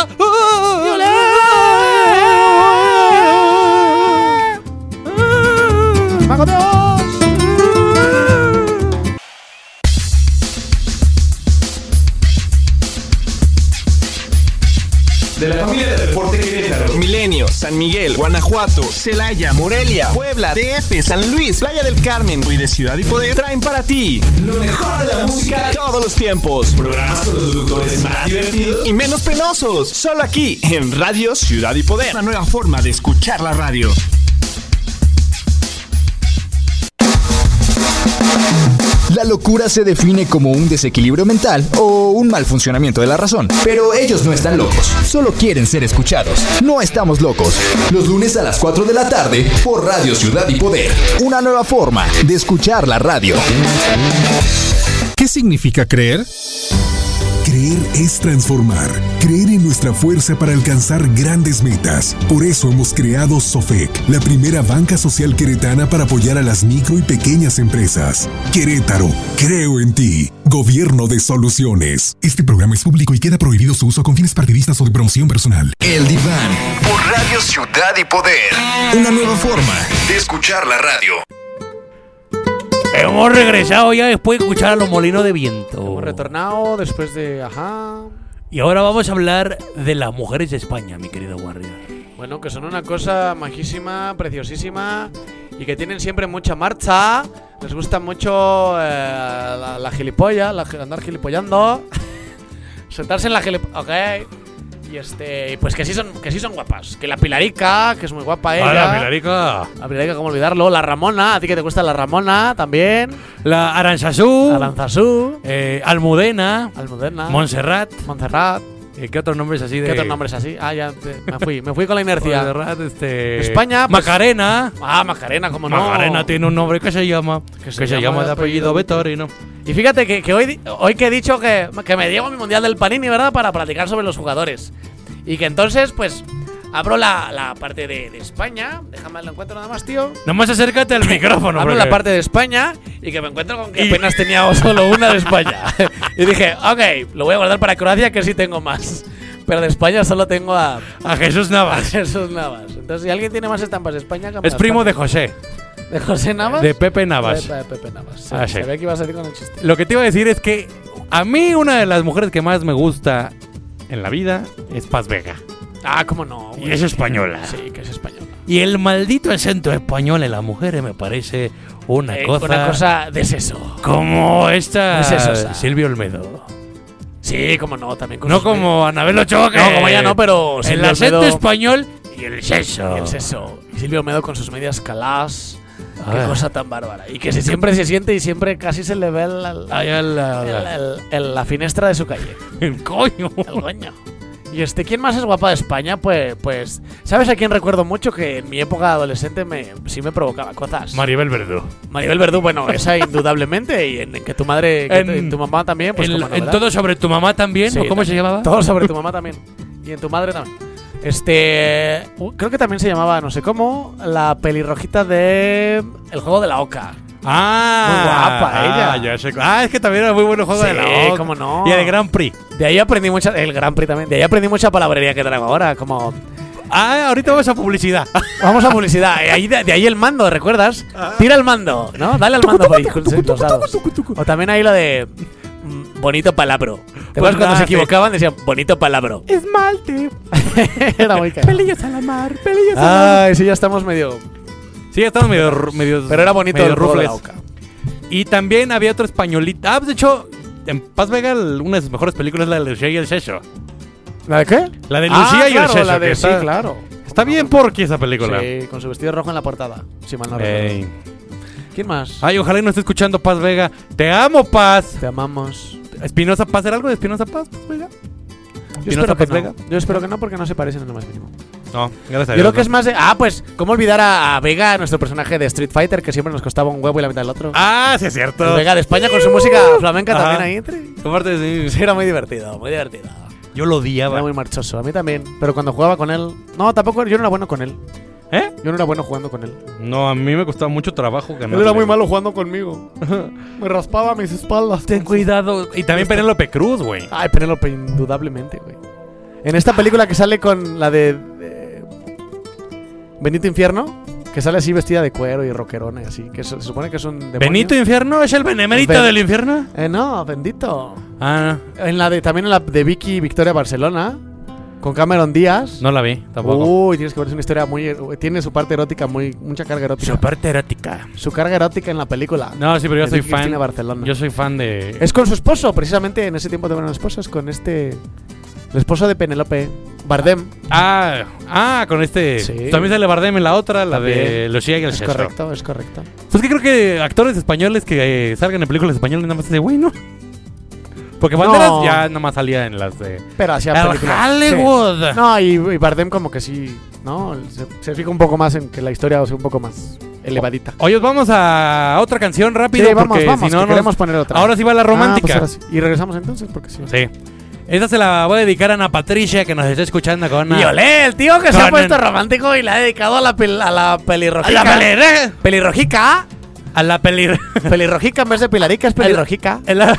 ¡Mago de Oz! De la familia de Deporte Querétaro, Milenio, San Miguel, Guanajuato, Celaya, Morelia, Puebla, DF, San Luis, Playa del Carmen y de Ciudad y Poder traen para ti lo mejor de la música de todos los tiempos. Programas con los locutores más divertidos y menos penosos. Solo aquí en Radio Ciudad y Poder. Una nueva forma de escuchar la radio. La locura se define como un desequilibrio mental o un mal funcionamiento de la razón. Pero ellos no están locos, solo quieren ser escuchados. No estamos locos. Los lunes a las 4 de la tarde por Radio Ciudad y Poder. Una nueva forma de escuchar la radio. ¿Qué significa creer? Creer es transformar. Creer en nuestra fuerza para alcanzar grandes metas. Por eso hemos creado SOFEC, la primera banca social queretana para apoyar a las micro y pequeñas empresas. Querétaro, creo en ti. Gobierno de soluciones. Este programa es público y queda prohibido su uso con fines partidistas o de promoción personal. El diván. Por Radio Ciudad y Poder. Una nueva forma. De escuchar la radio. Hemos regresado ya después de escuchar a los molinos de viento. Hemos retornado después de. Ajá. Y ahora vamos a hablar de las mujeres de España, mi querido Warrior. Bueno, que son una cosa majísima, preciosísima y que tienen siempre mucha marcha, Les gusta mucho eh, la, la gilipolla, la, andar gilipollando. Sentarse en la gilipolla. Ok. Y este, pues que sí, son, que sí son guapas. Que la Pilarica, que es muy guapa ella. ¡Hola, Ah, Pilarica! La Pilarica, cómo olvidarlo. La Ramona, a ti que te gusta la Ramona también. La Aranzazú. Aranzazú. Eh, Almudena. Almudena. Montserrat. Montserrat. Eh, ¿Qué otros nombres así de.? ¿Qué otros nombres así? Ah, ya te- me fui, me fui con la inercia. Montserrat, este. España. pues- Macarena. Ah, Macarena, cómo no. Macarena tiene un nombre que se llama. Que se, llama de apellido Vettorino. Y fíjate que, que hoy, di- hoy que he dicho que, que me llevo mi mundial del Panini, ¿verdad? Para platicar sobre los jugadores. Y que entonces, pues, abro la, la parte de, de España. Déjame lo encuentro nada más, tío. Nomás acércate al micrófono, Abro porque- la parte de España y que me encuentro con que apenas tenía solo una de España. y dije, ok, lo voy a guardar para Croacia que sí tengo más. Pero de España solo tengo a, A Jesús a Navas. Jesús Navas. Entonces, si alguien tiene más estampas de España, que me Es las primo pase. de José. ¿De José Navas? De Pepe Navas. De Pepe Navas. Sí, Ah, sí. Sabía que ibas a decir con el chiste. Lo que te iba a decir es que a mí una de las mujeres que más me gusta en la vida es Paz Vega. Ah, cómo no. Y güey. es española. Sí, que es española. Y el maldito acento español en las mujeres me parece una Eh, cosa. Una cosa de seso. Como esta. Muy sesosa. Silvio Olmedo. Sí, cómo no, también. con No sus- como Anabel Ochoa. que- No, como ella no, pero El Silvio acento Olmedo- español y el seso. Y el seso. Y Silvio Medo con sus medias calás. Qué Ah. cosa tan bárbara. Y que se- siempre se siente y siempre casi se le ve el- el- Ay, el- el- el- el- el- la finestra de su calle. El coño. El coño. Y este, ¿quién más es guapa de España? Pues, pues, ¿sabes a quién recuerdo mucho que en mi época adolescente me, sí me provocaba cosas? Maribel Verdú. Maribel Verdú, bueno, esa indudablemente. Y en, en que tu madre, que En- tu- en tu mamá también, pues El- cómo no, en ¿verdad? todo sobre tu mamá también. Sí, ¿o ¿Cómo se también. llamaba? Todo sobre tu mamá también. Y en tu madre también. Este. u- Creo que también se llamaba, no sé cómo, la pelirrojita de. El juego de la oca. Ah, Muy guapa ella. Ah, ya sé cu- ah, es que también era muy bueno el juego Sí, de la O. cómo no. Y el Grand Prix. De ahí aprendí mucha. El Gran Prix también. De ahí aprendí mucha palabrería que traigo ahora. Como. Ah, ahorita vamos a publicidad. Vamos a publicidad. Eh, ahí de, de ahí el mando, ¿recuerdas? Ah. Tira el mando, ¿no? Dale al mando por los dados. O también ahí lo de. mm, Bonito palabro. ¿Te acuerdas cuando Ah, se sí. Eh, equivocaban? Decían bonito palabro. Esmalte. Era muy cagado. Pelillos a la mar. Pelillos a la mar. Ay, sí, ya estamos medio. Sí, estamos medio, ru- medio Pero era bonito medio el juego de la rufles. oca. Y también había otro españolito. Ah, de hecho, en Paz Vega el- una de sus mejores películas es la de Lucía y el Seso. ¿La de qué? La de Ah, Lucía y el claro, Seso. la de- que sí, está, claro. Está bien porque esa película. Sí, con su vestido rojo en la portada. Si mal no Ey. recuerdo. ¿Quién más? Ay, ojalá y no esté escuchando Paz Vega. Te amo, Paz. Te amamos. Espinosa Paz, ¿era algo de Espinosa Paz? Paz Vega? Yo ¿Espinosa espero, que Paz no. pues Vega? Yo espero que no porque no se parecen en lo más mínimo. No, gracias a Dios. Yo creo que no. es más de. Ah, pues, ¿cómo olvidar a, a Vega, nuestro personaje de Street Fighter, que siempre nos costaba un huevo y la mitad del otro? Ah, sí, es cierto. El Vega de España con su música flamenca Ajá. también ahí entre. Aparte, sí, Sí, era muy divertido, muy divertido. Yo lo Era odiaba. muy marchoso, a mí también. Pero cuando jugaba con él. No, tampoco, yo no era bueno con él. ¿Eh? Yo no era bueno jugando con él. No, a mí me costaba mucho trabajo ganar. jugando conmigo. Me raspaba mis espaldas. Ten cuidado. Y también Penélope Cruz, güey. Ay, Penélope, indudablemente, güey. En esta película que sale con la de, de Benito Infierno, que sale así vestida de cuero y rockerona y así, que se, se supone que es un demonio. ¿Benito Infierno? ¿Es el benemérito Ben- del infierno? Eh, no, bendito. Ah, En la de también en la de Vicky y Victoria Barcelona con Cameron Díaz. no la vi tampoco. Uy, tienes que ver es una historia muy tiene su parte erótica, muy mucha carga erótica. Su parte erótica. Su carga erótica en la película. No, sí, pero yo de soy Vicky Cristina fan. Barcelona. Yo soy fan de. Es con su esposo, precisamente en ese tiempo de buenas esposas, con este. El esposo de Penélope, Bardem. Ah, ah, con este. Sí. También sale Bardem en la otra, la de También. Lucía y el Es Sexo. correcto, es correcto. Pues que creo que actores españoles que eh, salgan en películas españolas nada más es de güey, ¿no? Porque No. Banderas ya nada más salía en las de. Pero hacía El películas. sí. Hollywood. No, y, y Bardem como que sí, ¿no? Se, se fija un poco más en que la historia sea un poco más elevadita. Oye, vamos a otra canción rápido Sí, vamos, porque vamos, si no que nos- queremos poner otra. Ahora sí va la Ah, pues romántica. ahora sí. Y regresamos entonces, porque sí. Sí. Esta se la voy a dedicar a Ana Patricia que nos está escuchando con Y olé, el tío que se Conan. ha puesto romántico y le ha dedicado a la, pel- a la pelirrojica. pelirre- pelirrojica. a la peli Pelirrojica en vez de pilarica es pelirrojica. en la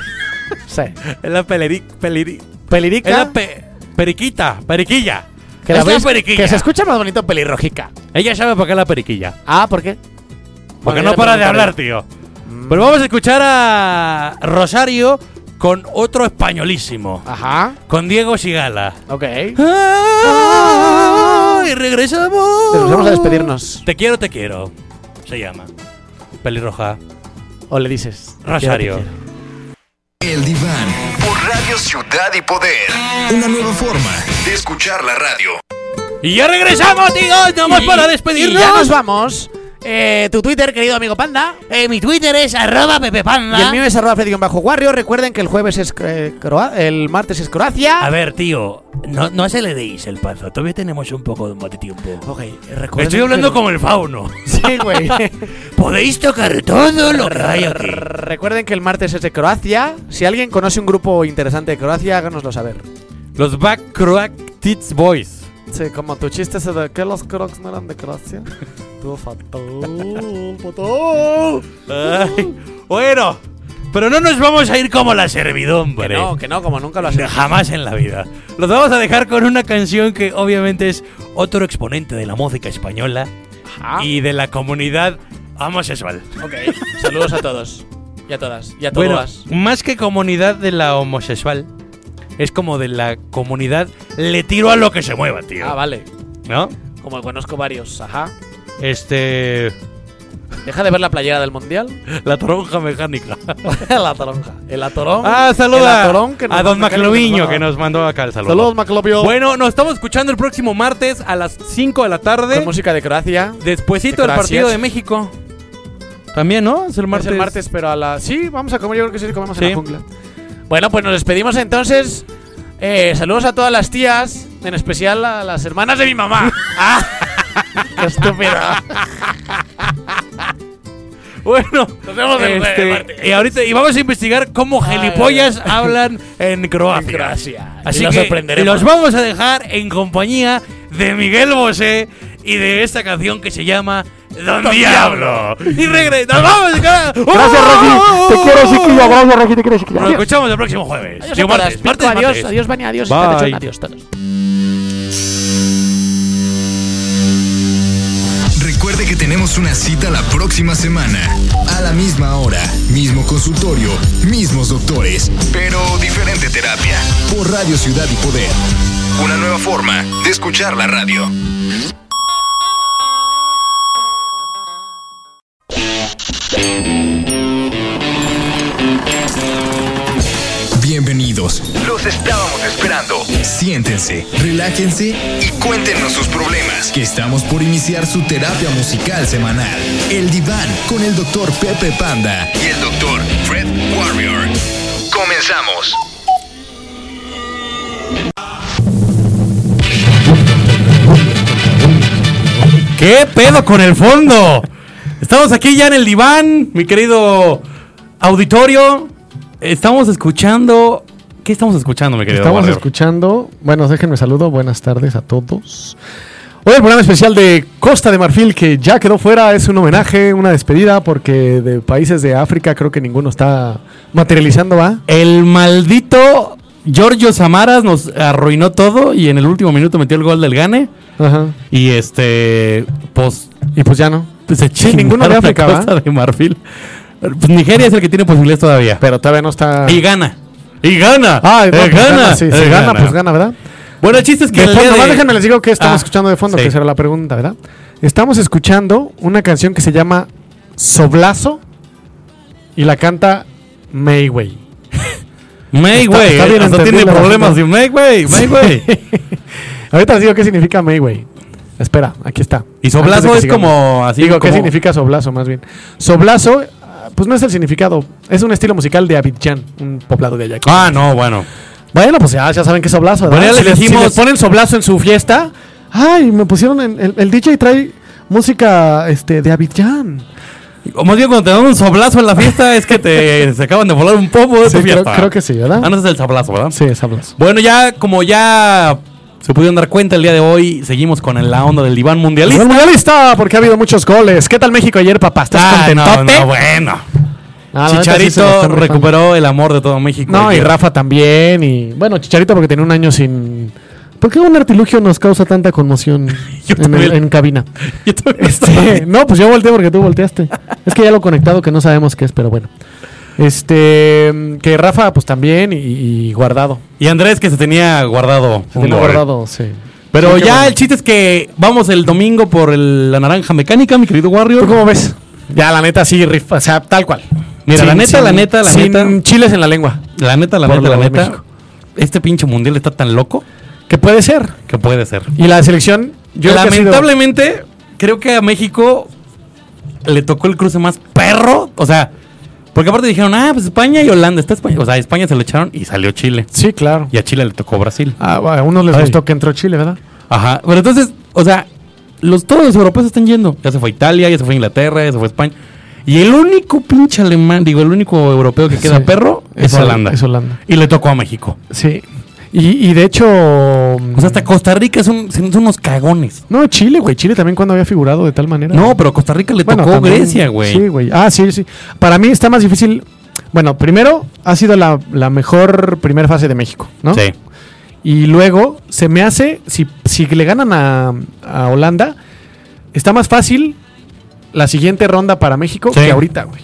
Sí. en la peliri, peliri Pelirica. en la pe- periquita, periquilla. Que, la Es la veis- periquilla. que se escucha más bonito pelirrojica. Ella sabe por qué es la periquilla. Ah, ¿por qué? Porque Bueno, no ya para te de hablar, tío. Pero vamos a escuchar a Rosario con otro españolísimo, Ajá, con Diego Sigala. ok. Y regresamos. Nos vamos a despedirnos. Te quiero, te quiero. Se llama. Pelirroja. o le dices. Rosario. "Quiero, te quiero"? El diván. Por Radio Ciudad y Poder. Una nueva forma de escuchar la radio. Y ya regresamos, tíos. Nada más Y- para despedirnos. y ya nos vamos. Eh, tu Twitter, querido amigo Panda. mi Twitter es arroba pepepanda. Y el mío es arroba Freddy bajo Warrior. Recuerden que el jueves es eh, Croa- el martes es Croacia. A ver, tío, no, no aceleréis el paso. Todavía tenemos un poco de tiempo. Ok, recuerden Estoy hablando que- como el fauno. Sí, güey. Podéis tocar todo lo que hay aquí. Recuerden que el martes es de Croacia. Si alguien conoce un grupo interesante de Croacia, háganoslo saber. Los Back Croac Tits Boys. Sí, como tu chiste ese de que los crocs no eran de Croacia. Tuvo fatal, Oh. fatal. Ay, bueno, pero no nos vamos a ir como la servidumbre. Que no, que no, como nunca lo has hecho. Jamás en la vida. Los vamos a dejar con una canción que obviamente es otro exponente de la música española y de la comunidad homosexual. Ok, saludos a todos. Y a todas. Y a Bueno, todas. más que comunidad de la homosexual, es como de la comunidad le tiro a lo que se mueva, tío. Ah, vale. ¿No? Como conozco varios. Ajá. Este. Deja de ver la playera del mundial. La toronja mecánica. la toronja. El atorón. Ah, El saluda atorón que nos a don manda cariño, Macloviño nos que manda- nos mandó acá el saludo. Saludos, Maclovio. Bueno, nos estamos escuchando el próximo martes a las 5 de la tarde. Con música de Croacia. Despuésito De del partido Croacia. de México. También, ¿no? Es el martes. Es el martes, pero a la. Sí, vamos a comer, yo creo que sí comemos en Sí. la jungla. Bueno, pues nos despedimos entonces. Eh, saludos a todas las tías, en especial a las hermanas de mi mamá. ¡Ah! ¡Qué estúpida! Bueno, Nos vemos el este, martes. y ahorita y vamos a investigar cómo Ay, gelipollas ay, ay. hablan en Croacia. En Croacia. Así Y los que sorprenderemos. los vamos a dejar en compañía de Miguel Bosé y de esta canción que se llama Don, Don Diablo. Y regresa. ¡Nos vamos! cara! Gracias, ¡Oh! Rosy. Te quiero, chiquillo. Gracias, Rosy. Te quiero, chiquillo. Nos escuchamos el próximo jueves. Adiós, Digo, a todas. martes, Pico, martes, adiós, martes. adiós, Vania, adiós, Bye. Itachon, adiós, todos. Recuerde que tenemos una cita la próxima semana. A la misma hora, mismo consultorio, mismos doctores. pero diferente terapia. Por Radio Ciudad y Poder. Una nueva forma de escuchar la radio. Bienvenidos. Los estábamos esperando. Siéntense, relájense Y cuéntenos sus problemas. que estamos por iniciar su terapia musical semanal. El diván con el doctor Pepe Panda. Y el doctor Fred Warrior. Comenzamos. ¿Qué pedo con el fondo? Estamos aquí ya en el diván, mi querido auditorio. Estamos escuchando. ¿Qué estamos escuchando, mi querido? Estamos Warrior? escuchando. Bueno, déjenme saludo. Buenas tardes a todos. Hoy el programa especial de Costa de Marfil que ya quedó fuera es un homenaje, una despedida porque de países de África creo que ninguno está materializando, ¿va? El maldito Giorgio Samaras nos arruinó todo y en el último minuto metió el gol del Gane. Ajá. Y este, pues. Y pues ya no. Pues se Sí, ninguno chingaron de la África, ¿va? Costa de Marfil. Pues Nigeria es el que tiene posibilidades todavía. Pero todavía no está. Y gana. Ah. Y gana. Ah, Eh, no, pues gana. gana, sí, Eh, si gana, pues gana, ¿verdad? Bueno, el chiste es que. De el día fondo, de- no, déjenme les digo que estamos Ah, escuchando de fondo, sí. que será la pregunta, ¿verdad? Estamos escuchando una canción que se llama Soblazo y la canta Mayway. Mayway, Está- está bien hasta tiene entendible, problemas de bastante. Mayway, Mayway. Ahorita les digo qué significa Mayway. Espera, aquí está. Y soblazo Antes de que es sigamos. como así, Digo, ¿qué como- significa soblazo más bien? Soblazo, ah, pues no es el significado, es un estilo musical de Abidjan, un poblado de allá. Ah, no, bueno. Bueno, pues ya, ya saben que es soblazo. ¿verdad? Bueno, ya Si les les- si dijimos- les ponen soblazo en su fiesta. Ay, me pusieron en- el, el DJ trae música este de Abidjan. O más bien cuando te dan un soblazo en la fiesta es que te se acaban de volar un poco de Sí, tu creo, fiesta. creo que sí, ¿verdad? Ah, no, ese es el sablazo, ¿verdad? Sí, es sablazo. Bueno, ya como ya se pudieron dar cuenta el día de hoy, seguimos con la onda del diván mundialista. Mundialista. mundialista, porque ha habido muchos goles. ¿Qué tal México ayer, papá? ¿Estás Ah, no, contentote? no, bueno. Ah, la neta sí se la Chicharito están rifando. recuperó el amor de todo México. No, y Rafa también. Y bueno, Chicharito, porque tenía un año sin. ¿Por qué un artilugio nos causa tanta conmoción en, el- en cabina? Este, no, pues yo volteé porque tú volteaste. Es que ya lo conectado que no sabemos qué es, pero bueno. Este, que Rafa, pues también, y, y guardado. Y Andrés que se tenía guardado. Se un tiene gol. guardado, sí. Pero Sí, qué ya bueno. el chiste es que vamos el domingo por el- la naranja mecánica, mi querido Warrior. ¿Tú cómo ves? Ya, la neta, sí, rifa, o sea, tal cual. Mira, la neta, la neta, la sin neta. chiles en la lengua. La neta, la Por lo neta, la de neta. México. Este pinche mundial está tan loco que puede ser. Que puede ser. Y la selección, yo creo que ha sido- Lamentablemente, creo que a México le tocó el cruce más perro. O sea, porque aparte dijeron, ah, pues España y Holanda. Está España. O sea, a España se lo echaron y salió Chile. Sí, claro. Y a Chile le tocó Brasil. Ah, bueno, a unos les Ay. gustó que entró Chile, ¿verdad? Ajá. Pero entonces, o sea, los, todos los europeos están yendo. Ya se fue Italia, ya se fue Inglaterra, ya se fue España. Y el único pinche alemán, digo, el único europeo que queda Sí. perro es, Es Hol- Holanda. es Holanda. Y le tocó a México. Sí. Y, y de hecho. O sea, hasta Costa Rica son, son unos cagones. No, Chile, güey. Chile también cuando había figurado de tal manera. No, pero Costa Rica le Bueno, tocó también- Grecia, güey. Sí, güey. Ah, sí, sí. Para mí está más difícil. Bueno, primero ha sido la, la mejor primera fase de México, ¿no? Sí. Y luego se me hace, si, si le ganan a, a Holanda, está más fácil la siguiente ronda para México Sí. que ahorita, güey.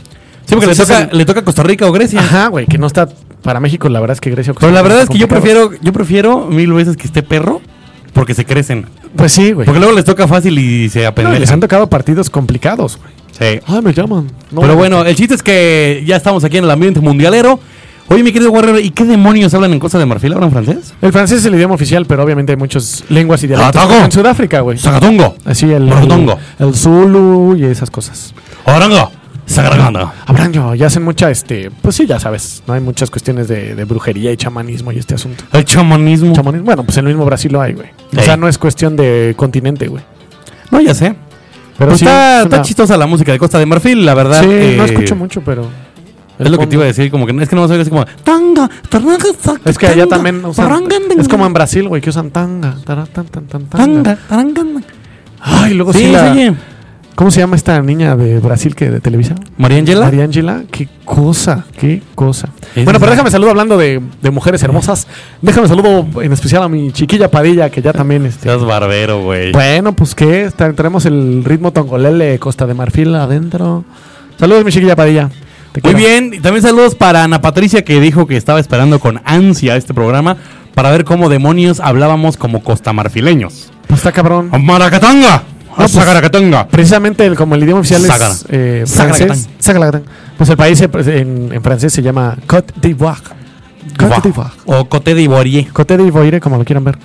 Sí, porque O le sea, toca, ese es el- le toca Costa Rica o Grecia. Ajá, güey, que no está para México, la verdad es que Grecia. o Costa Pero la Rica verdad es está que yo complicado. prefiero, yo prefiero mil veces que esté perro porque se crecen. Pues sí, güey. Porque luego les toca fácil y se No, y aprenden. les han tocado partidos complicados, güey. Sí. Ah, me llaman. No, Pero no, bueno, el chiste es que ya estamos aquí en el ambiente mundialero. Oye, mi querido Guerrero, ¿y qué demonios hablan en Costa de Marfil? ¿Hablan francés? El francés es el idioma oficial, pero obviamente hay muchas lenguas y dialectos. Ataco. En Sudáfrica, güey. Zacatongo. Así el, Rotongo. el, el Zulu y esas cosas. Orango. Sagraganda. Abraño, ya hacen mucha, este, pues sí, ya sabes, ¿no? Hay muchas cuestiones de, de brujería y chamanismo y este asunto. El chamanismo. Chamanismo, bueno, pues en el mismo Brasil lo hay, güey. O Ey. sea, no es cuestión de continente, güey. No, ya sé. Pero sí, está, es está una- chistosa la música de Costa de Marfil, la verdad. Sí, eh, no escucho mucho, pero... Es lo que te iba a decir, como que no- es que no vas a ver así como tanga, taranga, saca, Es que allá tanga, también usan- taranga, Es como en Brasil, güey, que usan tanga, tará, tan, tan, tan, tanga. tanga, taranga. Ay, luego sí, Sí, la- oye. ¿Cómo se llama esta niña de Brasil que de Televisa? María Ángela. María Ángela, qué cosa, qué cosa. Es bueno, pero verdad. déjame saludo hablando de, de mujeres hermosas. Déjame saludo en especial a mi chiquilla Padilla, que ya también este. Seas barbero, güey. Bueno, pues qué, Está- traemos el ritmo tongolele Costa de Marfil adentro. Saludos, mi chiquilla Padilla. Te Muy quiero. bien, y también saludos para Ana Patricia que dijo que estaba esperando con ansia este programa para ver cómo demonios hablábamos como costamarfileños. Ah, Pues está cabrón. ¡Maracatanga! pues, ¡Sagaracatanga! Precisamente el- como el idioma oficial Sagara. es eh, Sagaracatán. francés. Sagaracatán. Pues el país se- pues, en, en francés se llama Côte d'Ivoire. Côte d'Ivoire. O Cote de Iborie. Côte d'Ivoire, como lo quieran ver.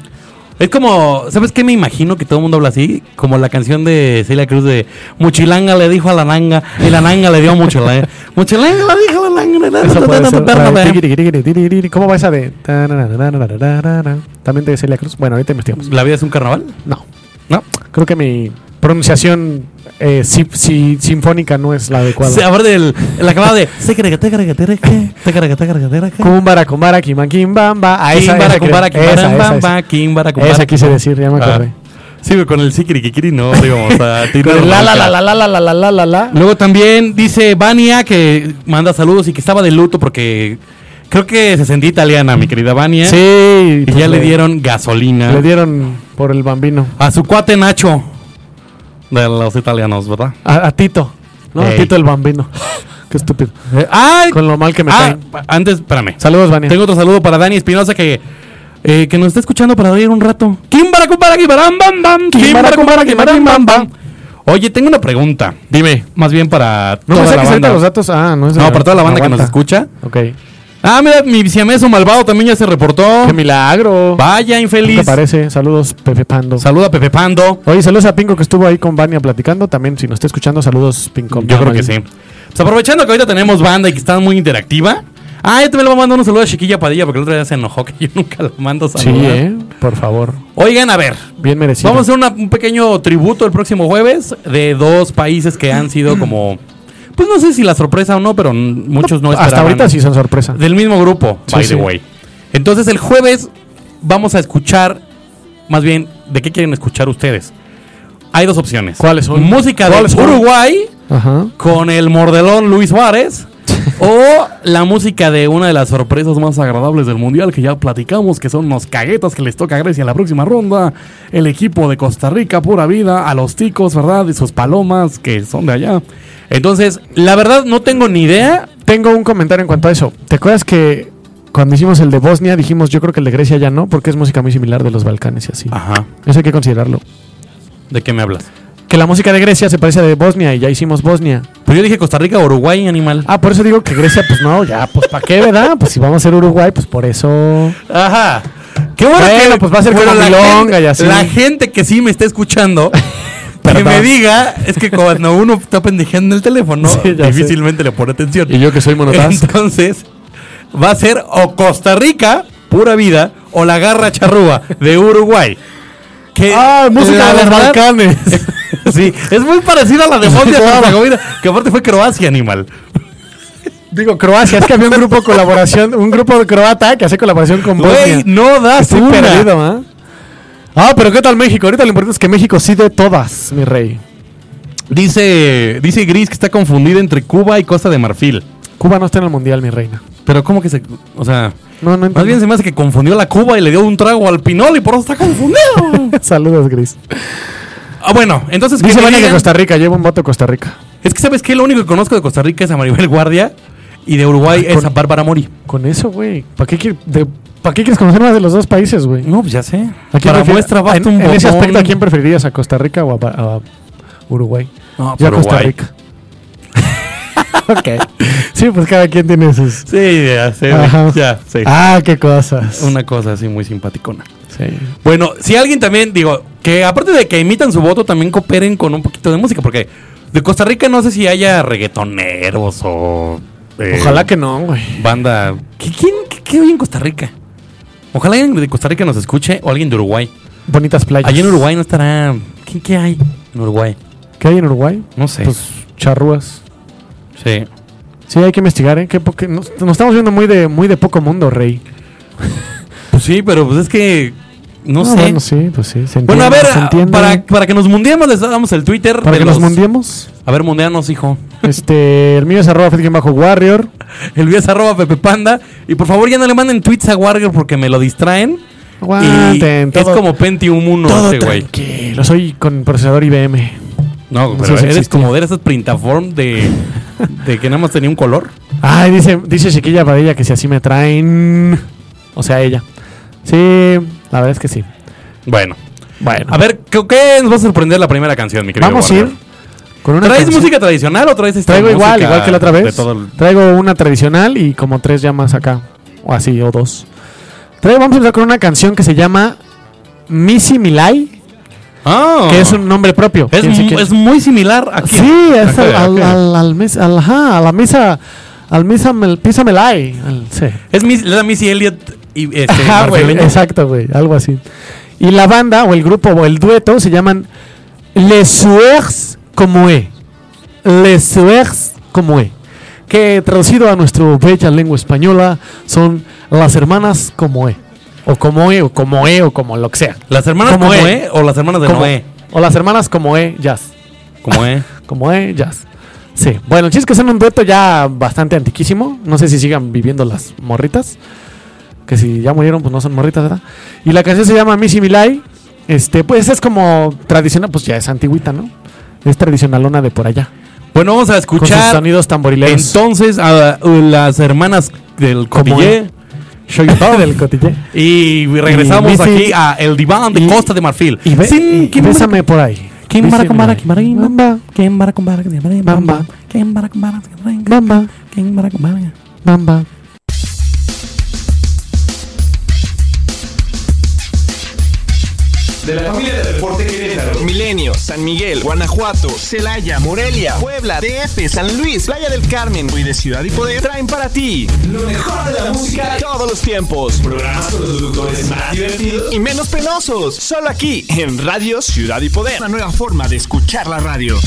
Es como, ¿sabes qué me imagino que todo el mundo habla así? Como la canción de Celia Cruz de Muchilanga le dijo a la nanga y la nanga le dio a ¿eh? Muchilanga. Muchilanga le dijo a la nanga. Esa puede ser la de tiquiri, tiquiri, tiquiri. ¿Cómo va esa de? tararararararara? También de Celia Cruz. Bueno, ahorita investigamos. ¿La vida es un carnaval? No. No. Creo que mi pronunciación eh, si- si- sinfónica no es la adecuada. Se abre el, el acabado de... Kumbara, kumbara, kiman, kimbamba. Ahí esa, Kimbara, esa, kumbara, creo. Esa, kimbara, esa, bamba, esa. kimbara, kumbara. Esa quise decir, ya me Ah. acordé. Sí, pero con el sikirikikiri no, digamos. a ti Con no el la, la, arranca. la, la, la, la, la, la, la, la, la. Luego también dice Vania que manda saludos y que estaba de luto porque creo que se sentía italiana, mi querida Vania. Sí. Y ya le dieron gasolina Le dieron por el bambino. a su cuate Nacho de los italianos, ¿verdad? A, a Tito. No, a Ey. Tito el bambino. Qué estúpido. Eh, ¡Ay! Con lo mal que me Ah, caen. pa- antes, espérame. Saludos, Vania. Tengo otro saludo para Dani Espinosa que, eh, que nos está escuchando para oír un rato. Kimbara, kumbara, kibaram, bam, bam. Kimbara, kumbara, kibaram, bam, bam. Oye, tengo una pregunta. Dime. Más bien para No toda me la saques ahorita banda. los datos. Ah, no es de- No, para toda la banda que nos aguanta. escucha. Ok. Ah, mira, mi siameso malvado también ya se reportó. ¡Qué milagro! Vaya, ¿Qué infeliz. te parece? Saludos, Pepe Pando. Saluda a Pepe Pando. Oye, saludos a Pinco que estuvo ahí con Vania platicando. También, si nos está escuchando, saludos, Pinco. Yo creo que sí. Pues aprovechando que ahorita tenemos banda y que está muy interactiva. Ah, yo también le voy a mandar un saludo a Chiquilla Padilla porque el otro día se enojó que yo nunca le mando Sí, saludos. ¿eh? Por favor. Oigan, a ver. Bien merecido. Vamos a hacer una- un pequeño tributo el próximo jueves de dos países que han sido como. Pues no sé si la sorpresa o no, pero n- muchos no, esperaban. Hasta ahorita sí son sorpresa. Del mismo grupo, Sí, by sí. the way. Entonces el jueves vamos a escuchar, más bien, ¿de qué quieren escuchar ustedes? Hay dos opciones. ¿Cuáles son? Música de ¿Cuáles son? Uruguay Ajá. con el mordelón Luis Suárez o la música de una de las sorpresas más agradables del mundial que ya platicamos, que son los caguetas que les toca a Grecia en la próxima ronda, el equipo de Costa Rica pura vida, a los ticos, ¿verdad? Y sus palomas que son de allá. Entonces, la verdad no tengo ni idea. Tengo un comentario en cuanto a eso. ¿Te acuerdas que cuando hicimos el de Bosnia dijimos yo creo que el de Grecia ya no? Porque es música muy similar de los Balcanes y así. Ajá. Eso hay que considerarlo. ¿De qué me hablas? Que la música de Grecia se parece a la de Bosnia y ya hicimos Bosnia. Pero Pues yo dije Costa Rica, Uruguay, animal. Ah, por eso digo que Grecia, pues no, ya, pues ¿para qué, verdad? Pues si vamos a ser Uruguay, pues por eso. Ajá. Qué bueno, Bueno, que- pues va a ser bueno, como la milonga gente- y así. La gente que sí me está escuchando, que Perdón. me diga, es que cuando uno está pendejeando el teléfono, Sí, ya sé. difícilmente le pone atención. Y yo que soy monotask. Entonces, va a ser o Costa Rica, pura vida, o la garra charrúa de Uruguay. Que Ah, música la de los verdad- Balcanes. sí, es muy parecida a la de Bosnia y Herzegovina, que aparte fue Croacia, animal. Digo, Croacia, es que había un grupo colaboración, un grupo de croata que hace colaboración con Bosnia. Güey, no das Estoy una. perdido, ¿ah? Ah, pero ¿qué tal México? Ahorita lo importante es que México sí de todas, mi rey. Dice, dice Gris que está confundida entre Cuba y Costa de Marfil. Cuba no está en el mundial, mi reina. Pero ¿cómo que se...? O sea... No, no Más bien entiendo. se me hace que confundió la Cuba y le dio un trago al pinol y por eso está confundido. Saludos, Gris. ah, bueno, entonces... que Dice me Vania que digan- Costa Rica, lleva un voto a Costa Rica. Es que sabes que lo único que conozco de Costa Rica es a Maribel Guardia y de Uruguay es a Bárbara Mori. Con eso, güey. ¿Para qué, quiere- de- ¿Para qué quieres conocer más de los dos países, güey? No, pues ya sé. ¿A quién Para prefier- muestra en, basta un en ese botón. aspecto, ¿a quién preferirías? ¿A Costa Rica o a, Ba- a Uruguay? No, Yo a Uruguay. Costa Rica. ok. Sí, pues cada quien tiene sus. Sí, ya sé. Ajá. Ya sé. Ah, qué cosas. Una cosa así muy simpaticona. Sí. Bueno, si alguien también, digo, que aparte de que imitan su voto, también cooperen con un poquito de música, porque de Costa Rica no sé si haya reggaetoneros o... eh, Ojalá que no, güey. Banda... ¿Qué, ¿Quién qué, qué oye en Costa Rica? Ojalá alguien de Costa Rica nos escuche o alguien de Uruguay. Bonitas playas. Allí en Uruguay no estará... ¿Qué, qué hay en Uruguay? ¿Qué hay en Uruguay? No sé. Pues charrúas. sí. Sí, hay que investigar, ¿eh? Que porque nos, nos estamos viendo muy de, muy de poco mundo, rey. Pues sí, pero pues es que... No Ah, sé. Bueno, sí, pues sí. se Bueno, a entiende, ver, se entiende. para, para que nos mundiemos les damos el Twitter. Para de que nos los- mundiemos. A ver, mundianos, hijo. Este, el mío es arroba Fedgen bajo warrior. El video es arroba Pepe Panda. Y por favor, ya no le manden tweets a Warrior porque me lo distraen. Aguanten, y es todo- como Pentium 1 todo este güey. tranquilo, Lo soy con procesador IBM. No, No pero sé si eres existía. como de esas printaform de, de que nada más tenía un color. Ay, dice, dice Chiquilla Padilla que si así me traen. O sea, ella. Sí, la verdad es que sí. Bueno. Bueno. A ver, ¿qué, qué nos va a sorprender la primera canción, mi querido? Vamos a Warrior? ir con una ¿Traes canción. música tradicional o traes esta Traigo igual, música igual que la otra de vez. todo el- Traigo una tradicional y como tres ya más acá. O así, o dos. Traigo, vamos a empezar con una canción que se llama Missy Milay, Ah. que es un nombre propio. Es, Quiere decir mu- que- es muy similar a quién? Sí, es ¿A al, qué? ¿A al, qué? al, al mis- al- ajá, a la misa. Al misa, mel, pisa melay. al- sí. Es Miss- la Missy Elliott y este, Ajá, güey, Marfileño. exacto, güey. Algo así. Y la banda, o el grupo, o el dueto se llaman Les Sueurs Como E. Les Sueurs Como E. Que traducido a nuestra bella lengua española son las hermanas como E. O como E, o como E, o como lo que sea. ¿Las hermanas Como como E. E o las hermanas de Como- E. Noé? O las hermanas como E, jazz. Como E. Como E, jazz. Sí, bueno, el chiste es que son un dueto ya bastante antiquísimo. No sé si sigan viviendo las morritas. Que si ya murieron, pues no son morritas, ¿verdad? Y la canción se llama Missy Milay. Este, pues es como tradicional, pues ya es antigüita, ¿no? Es tradicionalona de por allá. Bueno, vamos a Con sus escuchar sonidos tamborileros. entonces a uh, las hermanas del Como Cotillé. Show you love del cotillé. Y regresamos Y Missy- aquí a El Diván de y- Costa de Marfil. Y, ve- Sin- y bésame por ahí. ¿Quién Missy para con para, Milay. quién para, quién para? Bamba, ¿Quién para con para, quién para, quién para? Bamba. ¿Quién para con para, quién para, quién para? bamba, ¿Quién para con para, quién para? bamba. De la familia de Deporte Querétaro, Milenio, San Miguel, Guanajuato, Celaya, Morelia, Puebla, DF, San Luis, Playa del Carmen y de Ciudad y Poder traen para ti lo mejor de la música de todos los tiempos. Programas con los locutores más divertidos y menos penosos. Solo aquí en Radio Ciudad y Poder. Una nueva forma de escuchar la radio.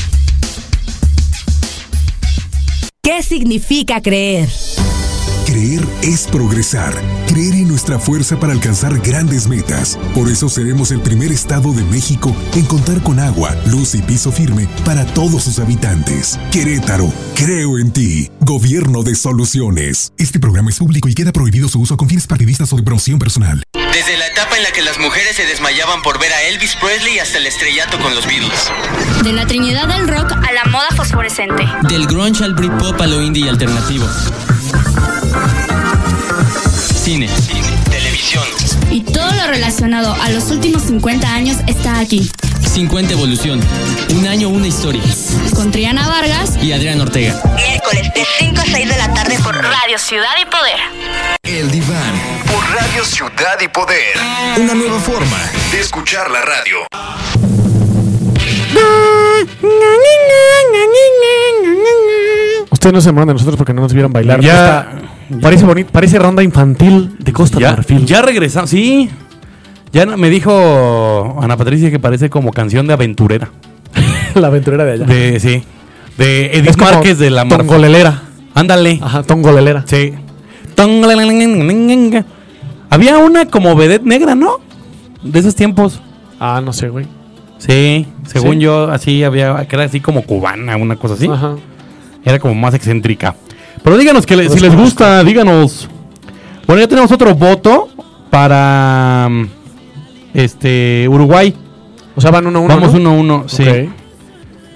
¿Qué significa creer? Creer es progresar. Creer en nuestra fuerza para alcanzar grandes metas. Por eso seremos el primer estado de México en contar con agua, luz y piso firme para todos sus habitantes. Querétaro, creo en ti. Gobierno de soluciones. Este programa es público y queda prohibido su uso con fines partidistas o de promoción personal. Desde la etapa en la que las mujeres se desmayaban por ver a Elvis Presley hasta el estrellato con los Beatles. De la Trinidad del Rock a la moda fosforescente. Del grunge al Britpop a lo indie y alternativo. Cine. Televisión. Y todo lo relacionado a los últimos 50 años está aquí. 50 Evolución. Un año, una historia. Con Triana Vargas. Y Adrián Ortega. Miércoles de 5 a 6 de la tarde por Radio Ciudad y Poder. El diván. Por Radio Ciudad y Poder. Una nueva forma de escuchar la radio. Ustedes no se mueran de nosotros porque no nos vieron bailar. Ya. Está- parece bonito, parece ronda infantil de Costa de Ya, Marfil. ya regresamos, sí. Ya no- me dijo Ana Patricia que parece como canción de aventurera. La aventurera de allá. De, sí. De Es Edith como Márquez de la Marfa. Tongolelera. Ándale. Ajá, tongolelera. Sí. Tongolelera. Había una como vedette negra, ¿no? De esos tiempos. Ah, no sé, güey. Sí, según Sí. yo, así había, que era así como cubana, una cosa así. Ajá. Era como más excéntrica. Pero díganos que le- si les gusta, díganos. Bueno, ya tenemos otro voto para mm, este Uruguay. O sea, van 1-1. Vamos 1-1, ¿no? sí. Ok.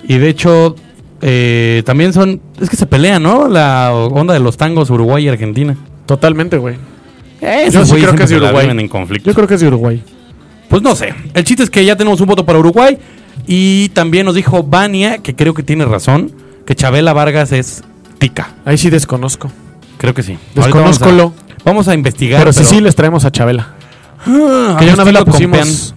Y de hecho, eh, también son. Es que se pelean, ¿no? La onda de los tangos Uruguay y Argentina. Totalmente, güey. Esos sí güeyes creo que siempre es de se la Uruguay. viven en conflicto. Yo creo que es de Uruguay. Pues no sé. El chiste es que ya tenemos un voto para Uruguay. Y también nos dijo Vania, que creo que tiene razón, que Chabela Vargas es tica. Ahí sí desconozco. Creo que sí. Ahorita vamos a- Desconózcolo. Vamos a investigar. Pero sí, sí, les traemos a Chabela. Ah, que ya una vez la estilo pusimos.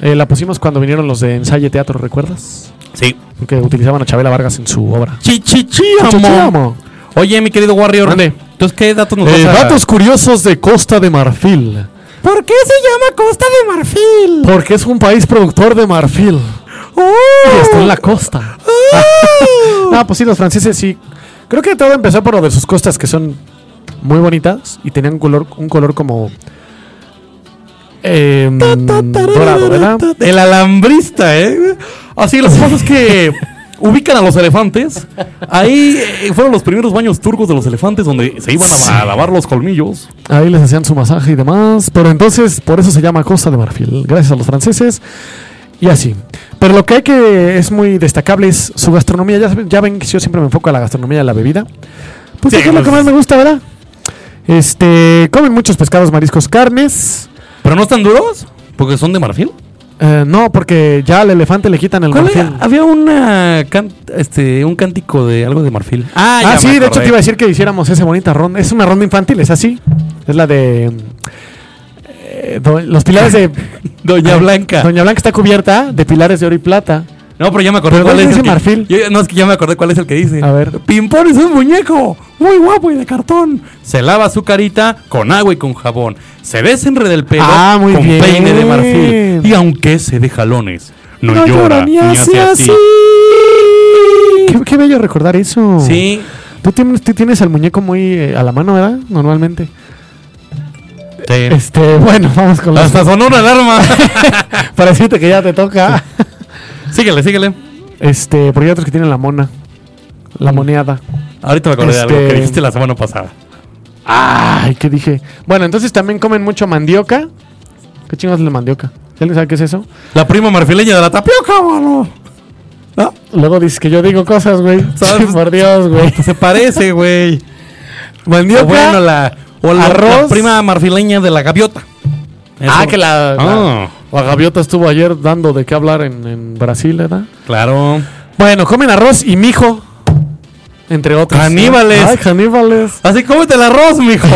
eh, la pusimos cuando vinieron los de Ensayo Teatro, ¿recuerdas? Sí. Porque utilizaban a Chabela Vargas en su obra. Chichichi, Chichichiamo. Oye, mi querido Warrior. Mande. Entonces, ¿qué datos nos Eh, vas a- datos curiosos de Costa de Marfil. ¿Por qué se llama Costa de Marfil? ¡Oh! Porque es un país productor de marfil. Y está en la costa. ah, pues sí, los franceses sí. Creo que todo empezó por lo de sus costas, que son muy bonitas y tenían un color, un color como. eh, dorado, ¿verdad? El alambrista, ¿eh? Así, lo que pasa es que ubican a los elefantes. Ahí eh, fueron los primeros baños turcos de los elefantes donde se iban a, Sí. a lavar los colmillos. Ahí les hacían su masaje y demás. Pero entonces, por eso se llama Costa de Marfil. Gracias a los franceses. Y así. Pero lo que hay que es muy destacable es su gastronomía. Ya, saben- ya ven que yo siempre me enfoco a la gastronomía y a la bebida. Pues Sí, eso es lo pues que más me gusta, ¿verdad? Este, comen muchos pescados, mariscos, carnes. ¿Pero no están duros? Porque son de marfil. Eh, no, porque ya al elefante le quitan el ¿Cuál marfil. era? Había una can- este, un cántico de algo de marfil. Ah, Ah, sí, de hecho te iba a decir que hiciéramos esa bonita ronda. Es una ronda infantil, es así. Es la de. eh, do- los pilares de. Ah, Doña Blanca. Doña Blanca está cubierta de pilares de oro y plata. No, pero ya me acordé Pero cuál ¿cuál es dice el que- marfil? Yo- no, es que ya me acordé cuál es el que dice. A ver. Pimpón es un muñeco, muy guapo y de cartón. Se lava su carita con agua y con jabón. Se desenreda el pelo Ah, muy con bien. peine de marfil. Y aunque se de jalones, no, No llora, ni hace así. Qué, qué bello recordar eso. Sí, Tú tienes, tú tienes el muñeco muy eh, a la mano, ¿verdad? Normalmente. sí. Este, bueno, vamos con las. Hasta sonó una alarma. Para decirte que ya te toca. síguele, síguele. Este, porque hay otros que tienen la mona. La moneada. Ahorita me acordé de algo Este- que dijiste la semana pasada. Ay, ¿qué dije? Bueno, entonces también comen mucho mandioca. ¿Qué chingados es la mandioca? ¿Alguien sabe qué es eso? La prima marfileña de la tapioca, mano. Luego dices que yo digo cosas, güey. ¿Sabes? Por Dios, güey. Se parece, güey. Mandioca. Ah, O bueno, la, o la, arroz. la prima marfileña de la gaviota. Ah, Eso. que la, Ah, la, la gaviota estuvo ayer dando de qué hablar en, en Brasil, ¿verdad? claro. Bueno, comen arroz y mijo. Entre otros. Caníbales. Ay, caníbales. Así cómete el arroz, mijo.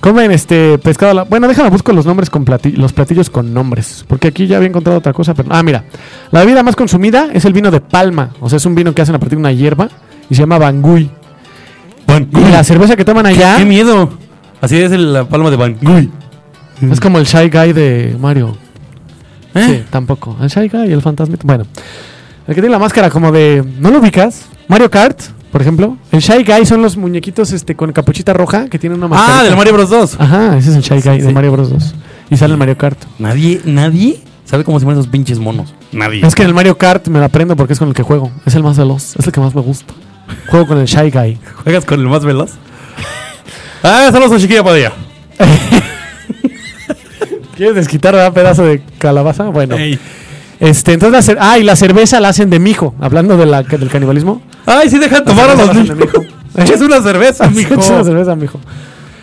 Comen este pescado. a la- Bueno, déjame busco los nombres con plati- los platillos con nombres. Porque aquí ya había encontrado otra cosa, pero. Ah, mira. La bebida más consumida es el vino de palma. O sea, es un vino que hacen a partir de una hierba y se llama Mm. Bangui. Y la cerveza que toman allá Qué miedo. Así es el- la palma de Bangui. es como el Shy Guy de Mario. ¿Eh? Sí, tampoco. El Shy Guy y el fantasmita. Bueno. El que tiene la máscara como de. ¿No lo ubicas? Mario Kart, por ejemplo. El Shy Guy son los muñequitos este con capuchita roja que tienen una máscara. Ah, del Mario Bros 2. Ajá, ese es el Shy Guy Sí, de sí. Mario Bros 2. Y sale el Mario Kart. Nadie, nadie sabe cómo se llaman esos pinches monos. Nadie. Es que en el Mario Kart me la aprendo porque es con el que juego. Es el más veloz, es el que más me gusta. Juego con el Shy Guy. ¿Juegas con el más veloz? ah, saludos a Chiquilla Padilla. ¿Quieres desquitar un pedazo de calabaza? Bueno. Ey. Este, entonces la cer- ah, y la cerveza la hacen de mijo. Hablando de la, del canibalismo. Ay, sí, deja tomar a los niños. Es una cerveza, Ah, mijo. Es una cerveza, mijo.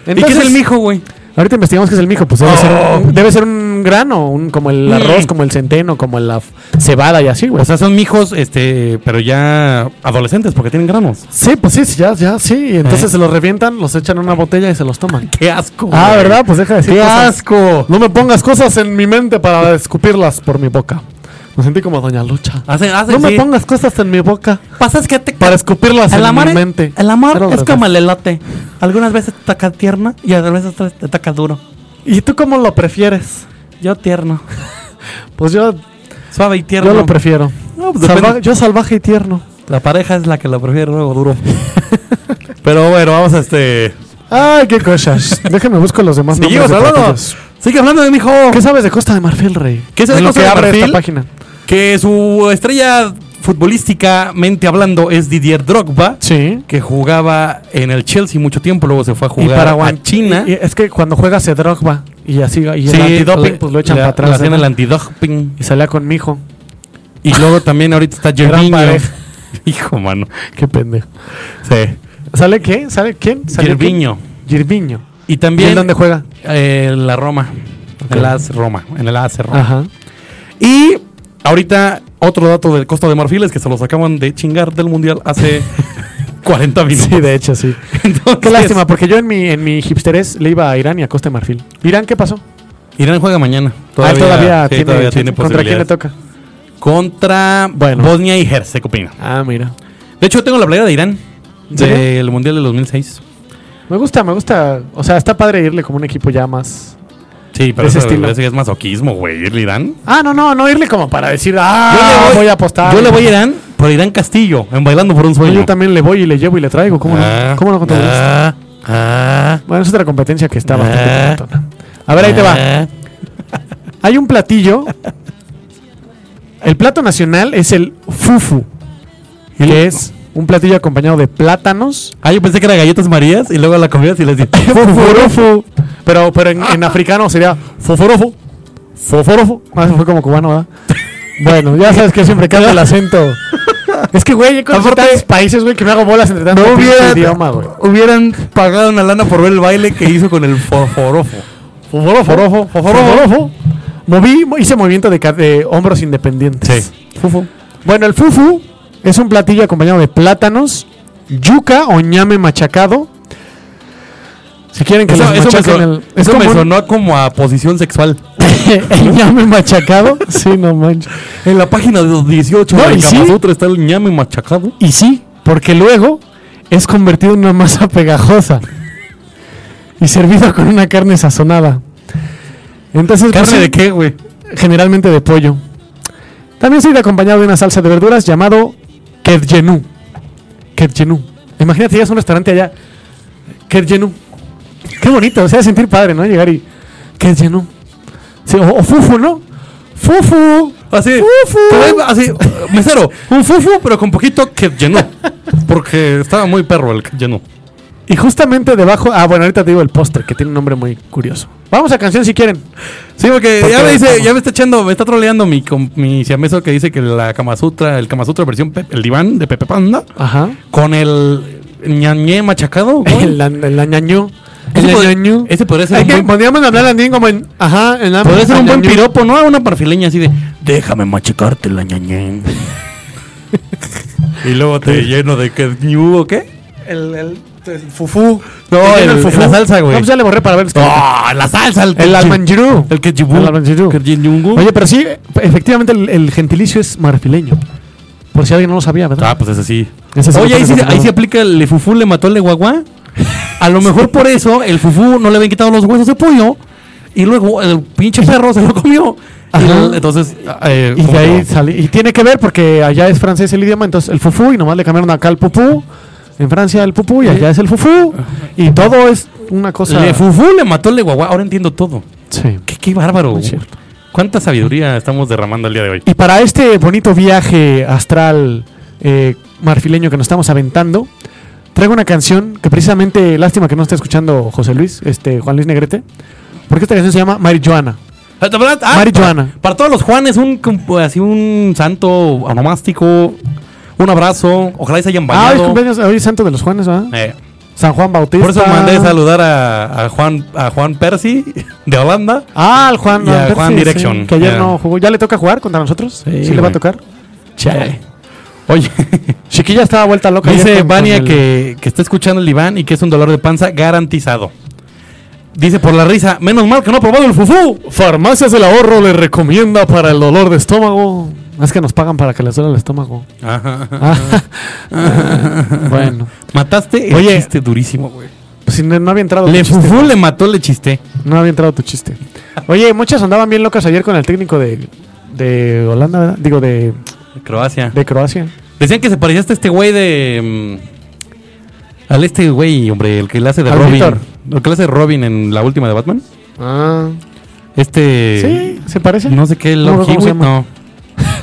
¿Y qué es el mijo, Oh. güey? Ahorita investigamos qué es el mijo. Pues debe, ser, un- debe ser un un grano, un, como Mm. el arroz, como el centeno, como la f- cebada y así, güey. O sea, son mijos, este, pero ya adolescentes, porque tienen granos. Sí, pues sí, sí, ya, ya, sí. Y entonces ¿Eh? se los revientan, los echan en una botella y se los toman. ¡Qué asco! Ah, güey. ¿verdad? Pues deja de decir ¡Qué cosas. asco! No me pongas cosas en mi mente para escupirlas por mi boca. Me sentí como Doña Lucha. Hace- hace- no me Ah, sí. pongas cosas en mi boca Pasa es que te... para escupirlas en El amor, mi es- mente. el amor Pero es al como revés. el elote. Algunas veces te toca tierna y otras veces te- te toca duro. ¿Y tú cómo lo prefieres? Yo tierno. Pues yo, Suave y tierno. yo lo prefiero. No, pues Salva- depende. yo salvaje y tierno. La pareja es la que lo prefiere luego duro. pero bueno, vamos a este... Ay, qué cosas. Déjame buscar los demás nombres Seguimos de hablando. platillos. Sigue hablando de mi hijo. ¿Qué sabes de Costa de Marfil, Rey? ¿Qué sabes de En lo Costa que de abre Marfil? esta página. Que su estrella futbolísticamente hablando es Didier Drogba. Que jugaba en el Chelsea mucho tiempo, luego se fue a Y jugar Paraguay. a China. Y- y es que cuando juega se drogba y así y Sí, el antidoping le- pues lo echan le- para le atrás. hacían ¿no? el antidoping. Y salía con mi hijo. Y luego también ahorita está Gran Gervinho. pareja. Hijo, mano. Qué pendejo. Sí. ¿Sale qué? ¿Sale quién? ¿Sale Gervinho. quién? Gervinho. Y ¿Y también... en dónde juega? Eh, la Roma. En Ok. el AS Roma. En el AS Roma. Ajá. Y ahorita otro dato del Costa de Marfil es que se los acaban de chingar del Mundial hace 40 minutos. Sí, de hecho, sí. Qué lástima, porque yo en mi, en mi hipsterés le iba a Irán y a Costa de Marfil. ¿Irán qué pasó? Irán juega mañana. ah, todavía sí, tiene, todavía chance. tiene ¿Contra quién le posibilidades. toca? Contra Bueno. Bosnia y Herzegovina. Ah, mira. De hecho, tengo la playera de Irán. ¿En serio? Del Mundial de 2006. Me gusta, me gusta. O sea, está padre irle como un equipo ya más. Sí, pero Ese eso, estilo. eso ya es masoquismo, güey. Irle a Irán. Ah, no, no, no irle como para decir, ah, Yo le voy, voy- a apostar. Yo le voy a Irán por Irán Castillo, en Bailando por un No, Sueño. yo también le voy y le llevo y le traigo. ¿Cómo Ah, no? ¿Cómo no contabilizas? ah, ah, Bueno, es otra competencia que está Ah. bastante monotona. A ver, ahí te va. ah. Hay un platillo. El plato nacional es el fufu, que es un platillo acompañado de plátanos. Ah, yo pensé que eran galletas marías y luego la comías y les dije Fufurufu. Pero, pero en, en africano sería foforofu. Foforofu. Ah, eso fue como cubano, ¿verdad? Bueno, ya sabes que siempre cambia el acento. Es que, güey, he conocido Aparte- tantos países, güey, que me hago bolas entre tanto No pinche hubieran, idioma, güey. hubieran pagado una lana por ver el baile que hizo con el foforofo. Foforofu. Foforofu. Foforofu. Moví, hice movimiento de, ca- de hombros independientes. Fufu. Bueno, el fufu es un platillo acompañado de plátanos, yuca o ñame machacado. Si quieren que Eso, les eso me, machacan sonó, el- es eso me como un- sonó como a posición sexual. el ñame machacado. Sí, no manches. En la página de los 18 No, del y sí. Kama Sutra está el ñame machacado. Y sí, porque luego es convertido en una masa pegajosa y servido con una carne sazonada. Entonces, pues, ¿Carne sí, de qué, güey? Generalmente de pollo. También sirve acompañado de una salsa de verduras llamado kedjenú. Kedjenú. Imagínate, llegas a un restaurante allá. Kedjenú. Qué bonito, o sea, sentir padre, ¿no? Llegar y kedjenú. Sí, o, o fufu, ¿no? Fufu. Así, Fufu. te doy- así, mesero, un fufu, pero con poquito que llenó. Porque estaba muy perro el que llenó. Y justamente debajo, ah, bueno, ahorita te digo el póster que tiene un nombre muy curioso. Vamos a canción si quieren. Sí, porque Porque ya me dice, vamos. ya me está echando, me está troleando mi, com- mi siameso que dice que la Kama Sutra, el Kama Sutra versión, Pe- el diván de Pepe Panda, Ajá. con el ñañé machacado. güey. El, an- el añañú. El Ese pod- añañú. ese podría ser Hay un que buen- podríamos hablar andín como en. Ajá, en la- Podría ser un buen añañú. piropo, ¿no? A una parfileña así de, déjame machacarte la ñañé. y luego te lleno de que ñu o qué. El, el, el fufú. No, Te lleno el- la salsa, güey. No, pues ya le borré para ver. ¡Ah, la salsa! El, El almanjirú. El que El almanjirú. Oye, pero sí, efectivamente el, el gentilicio es marfileño. Por si alguien no lo sabía, ¿verdad? Ah, pues ese sí. Ese sí Oye, lo ahí sí, tengo ahí sí controlado. aplica el le fufú le mató al de guagua. A lo mejor por eso el fufú no le habían quitado los huesos de pollo. Y luego el pinche perro se lo comió. Y Ajá. el- entonces, eh, Y de ¿cómo ahí no? sale. Y tiene que ver porque allá es francés el idioma, entonces el fufú, y nomás le cambiaron acá el pupú. En Francia el pupú y allá es el fufú. Y todo es una cosa. le fufú le mató al de guagua. Ahora entiendo todo. Sí. Qué, qué bárbaro. Muy cierto. Cuánta sabiduría estamos derramando el día de hoy. Y para este bonito viaje astral eh, marfileño que nos estamos aventando, traigo una canción que precisamente, lástima que no esté escuchando José Luis, este Juan Luis Negrete, porque esta canción se llama Marijuana. Ah, Mari para- Joana. Para, todos los Juanes, un comp- así un santo onomástico. Un abrazo. Ojalá y se hayan Ah, hoy es bañado. cumpleaños, hoy es santo de los Juanes, ¿verdad? Eh, San Juan Bautista. Por eso mandé saludar a, a Juan a Juan Percy de Holanda. Ah, al Juan. Y a al Percy, Juan sí, Direction. que ayer Ya. no jugó. ¿Ya le toca jugar contra nosotros? Sí, le va a güey. tocar. Chale. Oye. Chiquilla estaba vuelta loca. ayer Dice con- con Vania el- que, que está escuchando el Iván y que es un dolor de panza garantizado. Dice por la risa, menos mal que no ha probado el fufú. Farmacias del Ahorro le recomienda para el dolor de estómago. Es que nos pagan para que les duela el estómago. Ajá. Ah, bueno. Mataste el Oye. chiste durísimo, güey. Pues si no, no había entrado. Le tu chiste, fufú güey. le mató le chiste. No había entrado tu chiste. Oye, muchas andaban bien locas ayer con el técnico de, de Holanda, ¿verdad? Digo, de, Croacia. de Croacia. Decían que se parecía hasta este güey de. mm, al este güey, hombre, el que le hace de Al Robin. Víctor. El que le hace de Robin en la última de Batman. Ah. Este. Sí, ¿se parece? No sé qué, No Love recuerdo cómo se Hewitt, no. llama.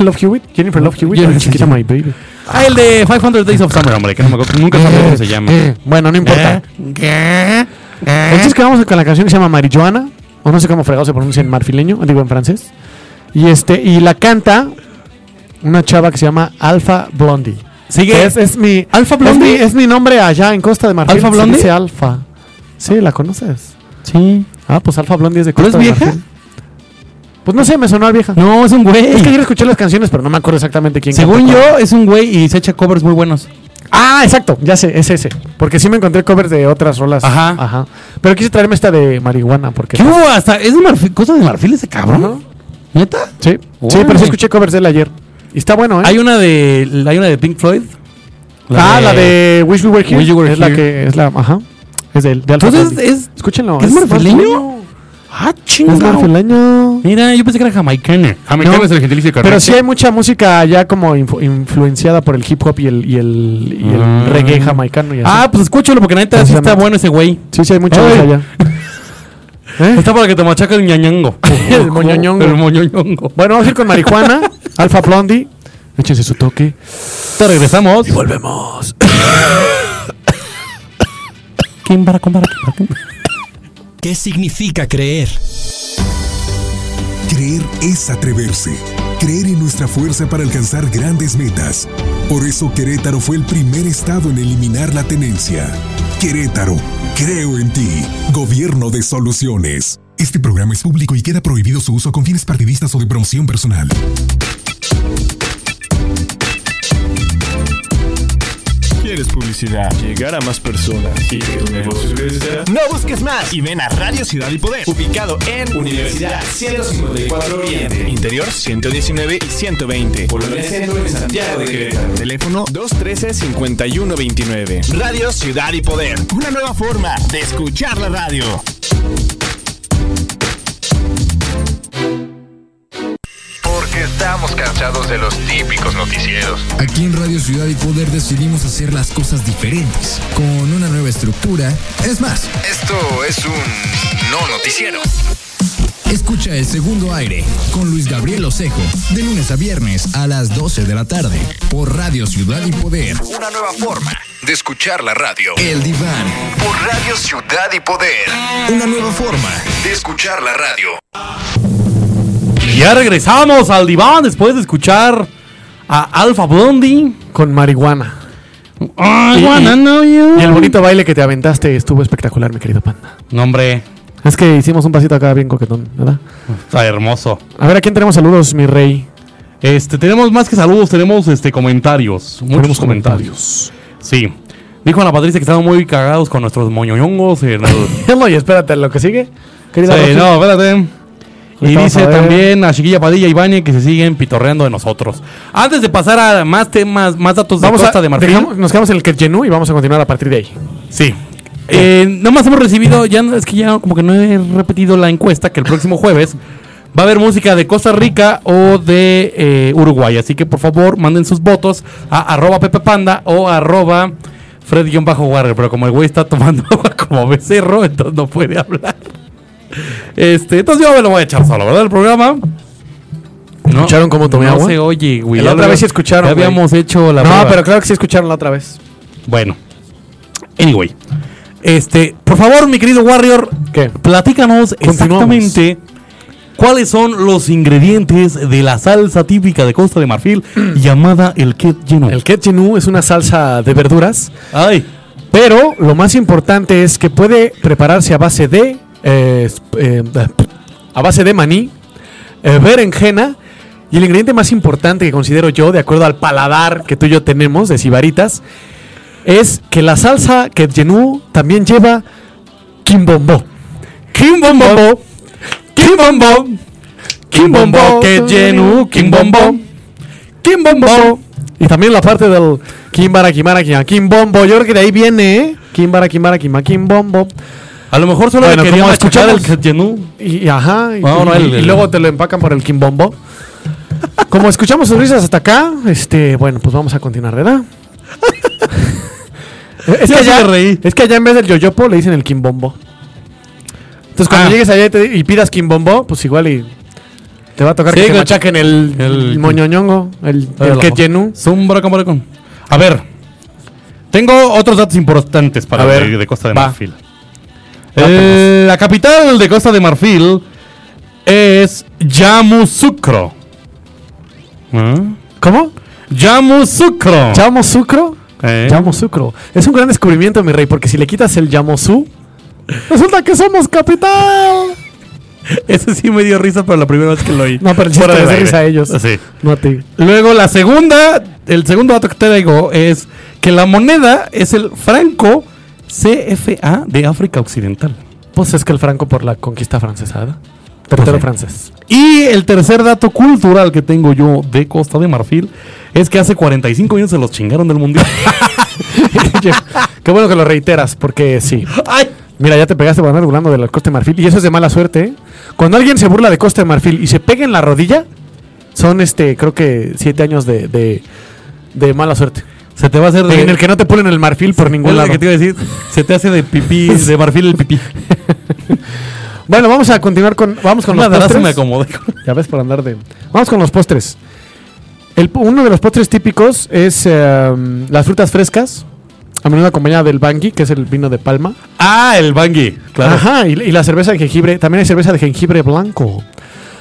Love Hewitt, Jennifer Love Hewitt, Jennifer- Ay, chiquita my baby. Ah, el de 500 Days of Summer, hombre, que no me acuerdo. Nunca sabía cómo se llama. Eh, bueno, no importa. El eh. chiste es que vamos con la canción que se llama Marijuana, o no sé cómo fregado se pronuncia en marfileño, digo en francés. Y este y la canta una chava que se llama Alpha Blondie. Sigue. Que Es, es mi ¿Alpha es Blondie? mi- Es mi, nombre allá en Costa de Marfil. ¿Alpha se Blondie? dice Alpha. Sí, la conoces. Sí. Ah, pues Alpha Blondie es de ¿Pero Costa es de vieja? Marfil. Pues no sé, me sonó a vieja. No, es un güey. Es que ayer escuché las canciones, pero no me acuerdo exactamente quién Según canta cuál. yo, es un güey y se echa covers muy buenos. Ah, exacto, ya sé, es ese. Porque sí me encontré covers de otras rolas. Ajá. Pero quise traerme esta de marihuana porque. ¿Qué hubo? Hasta, ¿Es de marfil, cosa de marfil ese cabrón? ¿Neta? Sí. Sí, Órale. pero sí escuché covers de él ayer. Y está bueno, ¿eh? Hay una de hay una de Pink Floyd. ah, la de Wish We Were Here. Wish You Were es la Here. que es la, ajá. Es de él, de Alpha Entonces Blondie. es escúchenlo. ¿Es marfileño? Ah, chingado. Es marfileño. Mira, yo pensé que era jamaicana. Jamaicana No, es el gentilicio de Pero Carranza. sí hay mucha música ya como infu- influenciada por el hip hop y el, y el, y el Ah. reggae jamaicano. Y así. Ah, pues escúchalo porque neta sí está Precisamente. bueno ese güey. sí, sí hay mucha Ay. música allá. ¿Eh? Está para que te machaca el ñañango. El moñoñongo. El moñoñongo. Bueno, vamos a ir con marihuana, Alfa Blondie. Échense su toque. Te regresamos. Y volvemos. ¿Qué significa creer? Creer es atreverse. Creer en nuestra fuerza para alcanzar grandes metas. Por eso Querétaro fue el primer estado en eliminar la tenencia. Querétaro, creo en ti. Gobierno de soluciones. Este programa es público y queda prohibido su uso con fines partidistas o de promoción personal. ¿Quieres publicidad? Llegar a más personas y que tu negocio crezca. No busques más y ven a Radio Ciudad y Poder, ubicado en Universidad 154 Oriente, Interior 119 y 120, Polonia Centro en Santiago de Querétaro. Teléfono 213-5129. Radio Ciudad y Poder, una nueva forma de escuchar la radio. Porque estamos cansados de los típicos noticieros. Aquí en Radio Ciudad y Poder decidimos hacer las cosas diferentes, con una nueva estructura. Es más, Esto es un no noticiero. escucha el segundo aire con Luis Gabriel Osejo, de lunes a viernes a las 12 de la tarde, por Radio Ciudad y Poder. Una nueva forma de escuchar la radio. El diván, Por Radio Ciudad y Poder. una nueva forma. De escuchar la radio. Ya regresamos al diván después de escuchar a Alpha Blondie. Con marihuana. I Y- wanna y- know you. Y el bonito baile que te aventaste estuvo espectacular, mi querido panda. No, hombre, Es que hicimos un pasito acá bien coquetón, ¿verdad? está hermoso. A ver, ¿a quién tenemos saludos, mi rey? Este, tenemos más que saludos, tenemos este comentarios. Muchos Tenemos comentarios. Sí. Dijo Ana Patricia que estaban muy cagados con nuestros moñoñongos. eh, en el- No, y espérate, lo que sigue. Querida Sí, Rosy. no, espérate. Y Ahorita vamos dice a ver. también a Chiquilla Padilla y Ibañez que se siguen pitorreando de nosotros. Antes de pasar a más temas, más datos de Vamos Costa a, de Marfil. dejamos- nos quedamos en el Ketjenú y vamos a continuar a partir de ahí. Sí. Eh, nada más hemos recibido, ya no- es que ya como que no he repetido la encuesta, que el próximo jueves va a haber música de Costa Rica o de eh, Uruguay. Así que por favor manden sus votos a arroba Pepe Panda o arroba Fred-Warrior. Pero como el güey está tomando agua como becerro, entonces no puede hablar. Este, entonces yo me lo voy a echar solo, ¿verdad? El programa. No, ¿Escucharon cómo tomé no agua? se oye, güey. la Ya otra lo- vez sí escucharon. ya güey. habíamos hecho la No, prueba. pero claro que sí escucharon la otra vez. Bueno. Anyway. Este, por favor, mi querido Warrior, ¿Qué? platícanos Continuamos. exactamente cuáles son los ingredientes de la salsa típica de Costa de Marfil llamada el ket lleno. El Ketjenú es una salsa de verduras Ay, Pero lo más importante es que puede prepararse a base de eh, sp- eh, a base de maní, eh, berenjena y el ingrediente más importante que considero yo, de acuerdo al paladar que tú y yo tenemos de sibaritas, es que la salsa que Genú también lleva quimbombo. Quimbombo. Quimbombo. Quimbombo que Genú, quimbombo. Quimbombo. Y también la parte del Kimbara, Kimbara, Kimbara, Kimbombo. Yo creo que de ahí viene, ¿eh? Kimbara, Kimbara, Kimbara, Kimbombo. A lo mejor solo Bueno, le como quería escuchar escuchar el el Y, y ajá, y, No, no, y- el- y luego te lo empacan por el Kimbombo. Como escuchamos sus risas hasta acá, este, bueno, pues vamos a continuar, ¿verdad? es, que Ya allá, me reí. es que allá en vez del yoyopo le dicen el Kimbombo. Entonces cuando Ah. llegues allá y, te- y pidas Kimbombo, pues igual y te va a tocar Sí, que te que machaquen el, el- el moñoñongo, el, Ay, el la que mo- llenú. Zumbra, cámara, con. A ver, tengo otros datos importantes para A ver, de, de Costa de va. Marfil. Eh, la capital de Costa de Marfil es Yamoussoukro. ¿Eh? ¿Cómo? Yamoussoukro. Yamoussoukro. ¿Eh? Yamoussoukro. Es un gran descubrimiento, mi rey, porque si le quitas el Yamousú, resulta que somos capital. Ese sí me dio risa, pero la primera vez que lo oí. No, pero el chiste Fuera les del da aire. risa a ellos. Sí. No a ti. Luego la segunda, el segundo dato que te digo es que la moneda es el franco CFA de África Occidental. Pues es que el franco por la conquista francesa, ¿verdad? Territorio Pues sí. francés. Y el tercer dato cultural que tengo yo de Costa de Marfil es que hace 45 años se los chingaron del mundial. Qué bueno que lo reiteras, porque sí. ¡Ay! Mira, ya te pegaste por andar burlando de la Costa de Marfil. Y eso es de mala suerte, ¿eh? Cuando alguien se burla de Costa de Marfil y se pega en la rodilla, son, este, creo que siete años de, de, de mala suerte. Se te va a hacer de- En el que no te ponen el marfil por Es ningún lo lado. que te iba a decir. Se te hace de pipí, de marfil el pipí. Bueno, vamos a continuar con. Vamos con los Madrazo postres. me acomodé. Ya ves por andar de. Vamos con los postres. El, po- uno de los postres típicos es em, las frutas frescas, a menudo acompañada del bangui, que es el vino de palma. Ah, el bangui, claro. Ajá, y, y la cerveza de jengibre. También hay cerveza de jengibre blanco. O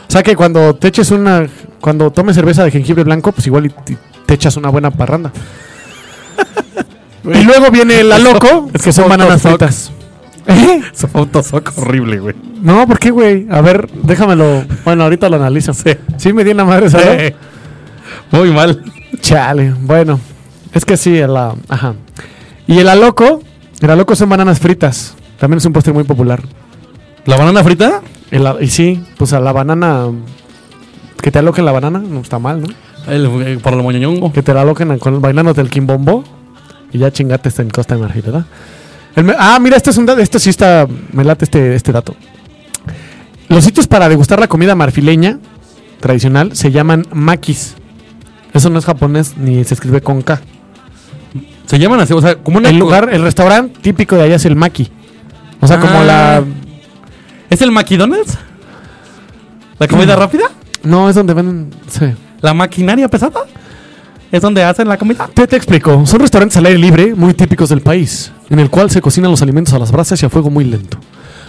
sea que cuando te eches una. Cuando tomes cerveza de jengibre blanco, pues igual y te, te echas una buena parranda. y luego viene la loco, que son bananas fritas. ¿Eh? Son autosoc horrible, güey. No, ¿por qué, güey? A ver, déjamelo. Bueno, ahorita lo analizo. Sí, me di en la madre, ¿sabes? Eh, Muy mal. Chale, bueno. Es que sí, el, ah, ajá. Y el aloco, el aloco son bananas fritas. También es un postre muy popular. ¿La banana frita? El a- y sí, pues a la banana. Que te aloquen la banana, no está mal, ¿no? El, eh, para lo moñoñongo. Que te la aloquen con, bailándote el quimbombo. Y ya chingate este en Costa de Marfil, ¿verdad? El me- ah, mira, este es un dato. Este sí está. Me late este, este dato. Los sitios para degustar la comida marfileña tradicional se llaman makis. Eso no es japonés ni se escribe con K. Se llaman así, o sea, como una. El lugar, el restaurante típico de allá es el maki. O sea, como Ah. la. ¿Es el McDonald's? ¿La Mm. comida rápida? No, es donde venden. Sí. ¿La maquinaria pesada? ¿Es donde hacen la comida? Te, te explico. Son restaurantes al aire libre muy típicos del país, en el cual se cocinan los alimentos a las brasas y a fuego muy lento.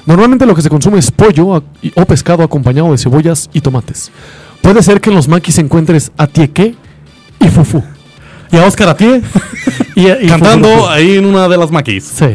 Normalmente lo que se consume es pollo a- y- o pescado acompañado de cebollas y tomates. Puede ser que en los maquis encuentres atieque y fufu. Y a Oscar Atié Y, y cantando eh. fufurufu. ahí en una de las maquis. Sí.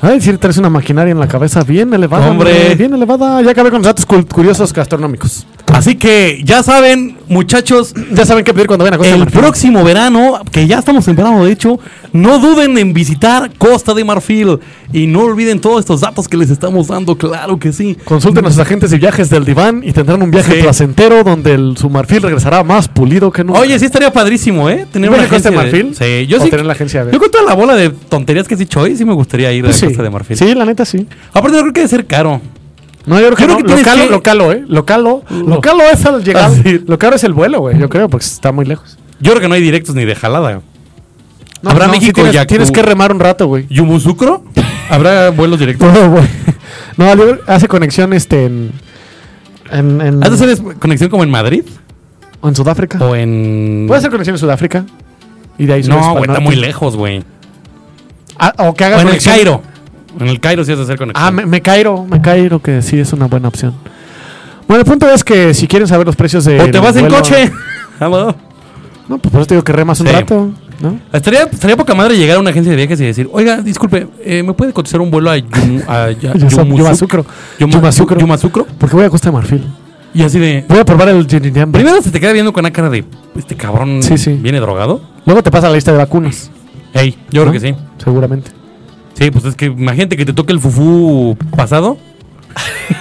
Ay, si traes una maquinaria en la cabeza bien elevada. Hombre. Bien elevada. Ya acabé con los datos cul- curiosos gastronómicos. Así que ya saben, muchachos, Ya saben qué pedir cuando vayan a Costa de el Pues Marfil. próximo verano, que ya estamos en verano de hecho, no duden en visitar Costa de Marfil y no olviden todos estos datos que les estamos dando, claro que sí. Consulten a sus agentes de viajes del diván y tendrán un viaje Mm. Sí. placentero donde el, su marfil regresará más pulido que nunca. Oye, sí estaría padrísimo, ¿eh? Tener ¿Tú una ves a Costa agencia de de- Marfil? Sí, yo O sí. tener la agencia de- Yo con toda la bola de tonterías que has dicho hoy, sí me gustaría ir Pues a sí. Costa de Marfil. Sí, la neta sí. Aparte no creo que debe ser caro. No, yo creo que, Yo creo no. que tienes que- Uh. Localo, Ah, localo, ¿eh? Localo. Localo es al llegar. Lo caro es el vuelo, güey. Yo creo, porque está muy lejos. Yo creo que no hay directos ni de jalada. No, ¿Habrá no, sí México tienes, Yaku- tienes que remar un rato, güey. ¿Yumuzucro? ¿Habrá vuelos directos? No, güey. No, luego hace conexión este en. En, en, ¿Has de hacer es- conexión como en Madrid? o en Sudáfrica. ¿O en...? Puede hacer conexión en Sudáfrica. Y de ahí subes No, pa'l güey, está norte. muy lejos, güey. Ah, o que O hagas en el conexión- Cairo. En el Cairo sí has de hacer conexión. Ah, me, me Cairo, me Cairo, que sí es una buena opción. Bueno, el punto es que si quieren saber los precios de. o te vas en coche. Hello. No, pues por eso te digo que remas un Sí. rato. ¿No? Estaría, estaría poca madre llegar a una agencia de viajes y decir, oiga, disculpe, eh, ¿me puede cotizar un vuelo a, Yum, a, ya- Yuma- Yumuzu- Yumazucro. Yuma- Yumazucro. Yumazucro? Porque voy a Costa de Marfil. Y así de... Voy a probar el Yeriniamba. Primero se te queda viendo con una cara de, este cabrón Sí, sí. viene drogado. Luego te pasa la lista de vacunas. Ey, yo ¿no? creo que sí. Seguramente. Sí, pues es que imagínate que te toque el fufú pasado.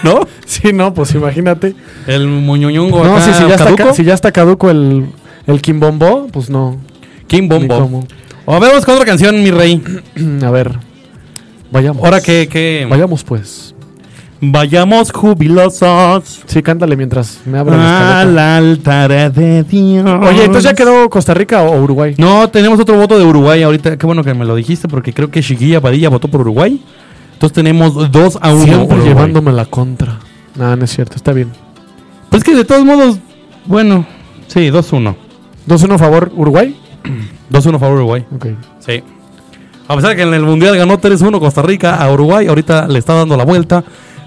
¿No? sí, no, pues imagínate. El muñoñongo No, acá, sí, si, ya está, caduco. ca- si ya está caduco el, el Kimbombo, pues no. Ni Kimbombo. cómo. A ver, vamos con otra canción, mi rey. A ver. Vayamos. Ahora que... que... Vayamos pues. Vayamos jubilosos. Sí, cántale mientras me abro la Al escaleta. altar de Dios. Oye, entonces ya quedó Costa Rica o Uruguay. No, tenemos otro voto de Uruguay ahorita. Qué bueno que me lo dijiste porque creo que Chiquilla Padilla votó por Uruguay. Entonces tenemos dos a uno. Siempre Uruguay. llevándome la contra. Nada, no es cierto, está bien. Pues que de todos modos, bueno, sí, 2-1. 2-1 a favor Uruguay. 2-1 a favor Uruguay. Ok. Sí. A pesar que en el Mundial ganó 3-1 Costa Rica a Uruguay, ahorita le está dando la vuelta.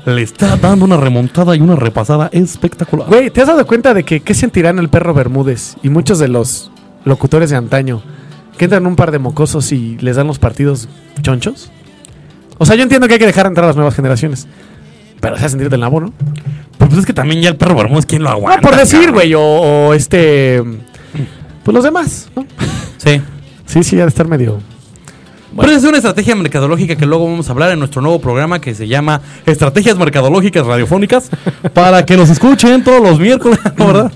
Le está dando una remontada y una repasada espectacular. Güey, ¿te has dado cuenta de que qué sentirán el perro Bermúdez y muchos de los locutores de antaño que entran un par de mocosos y les dan los partidos chonchos? O sea, yo entiendo que hay que dejar entrar a las nuevas generaciones. Pero se ha sentido el nabo, ¿no? Pues es que también ya el perro Bermúdez, ¿quién lo aguanta? No, por decir, güey, o, o este. Pues los demás, ¿no? Sí. Sí, sí, ya de estar medio. Pero es una estrategia mercadológica que luego vamos a hablar en nuestro nuevo programa que se llama Estrategias Mercadológicas Radiofónicas para que nos escuchen todos los miércoles, ¿no, ¿verdad?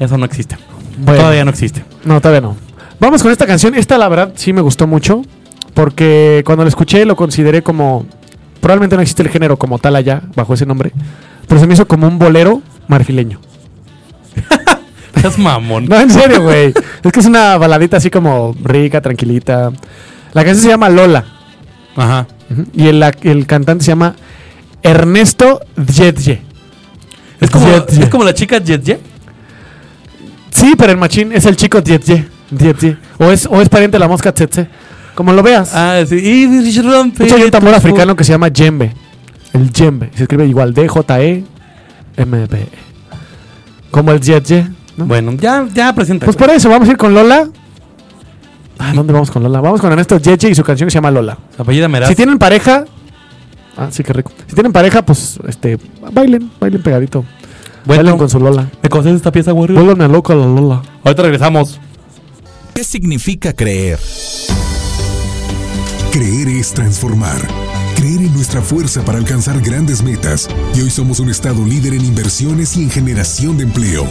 Eso no existe. Mm. Bueno. Todavía no existe. No, todavía no. Vamos con esta canción. Esta, la verdad, sí me gustó mucho. Porque cuando la escuché lo consideré como. Probablemente no existe el género como tal allá, bajo ese nombre. Pero se me hizo como un bolero marfileño. Es mamón. No, eh. en serio, güey. es que es una baladita así como rica, tranquilita. La canción se llama Lola. Ajá. Ujú. Y el, el cantante se llama Ernesto Djedje. Es como, Djedje. es como la chica Jet Jet. Sí, pero el machín es el chico Djedje. Djedje. O es, o es pariente de la mosca Tsetse. Como lo veas. Ah, sí. Y rompe. De hecho, hay un tambor tu- africano que se llama Djembe. El Djembe. Se escribe igual E D-J-E-M-B. E. Como el Djedje. ¿no? Bueno, ya, ya presenta. Pues por eso, vamos a ir con Lola. ¿A dónde vamos con Lola? Vamos con Ernesto Djedje y su canción que se llama Lola. Apellida Meraz. Si tienen pareja. Ah, sí, qué rico. Si tienen pareja, pues este, bailen, bailen pegadito. Bueno. bailen con su Lola. ¿Me conoces esta pieza, güey? Vuelvan loca la Lola. Ahorita regresamos. ¿Qué significa creer? Creer es transformar. Creer en nuestra fuerza para alcanzar grandes metas. Y hoy somos un estado líder en inversiones y en generación de empleo.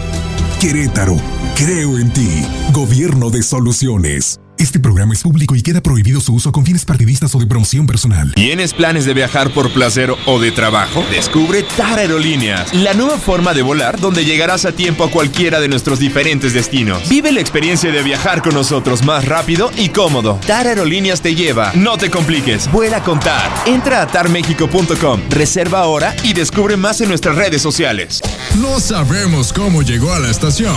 Querétaro, creo en ti. Gobierno de soluciones. Este programa es público y queda prohibido su uso con fines partidistas o de promoción personal. ¿Tienes planes de viajar por placer o de trabajo? Descubre Tar Aerolíneas, la nueva forma de volar donde llegarás a tiempo a cualquiera de nuestros diferentes destinos. Vive la experiencia de viajar con nosotros más rápido y cómodo. Tar Aerolíneas te lleva. No te compliques. Vuela con Tar. Entra a tarmexico.com, reserva ahora y descubre más en nuestras redes sociales. No sabemos cómo llegó a la estación.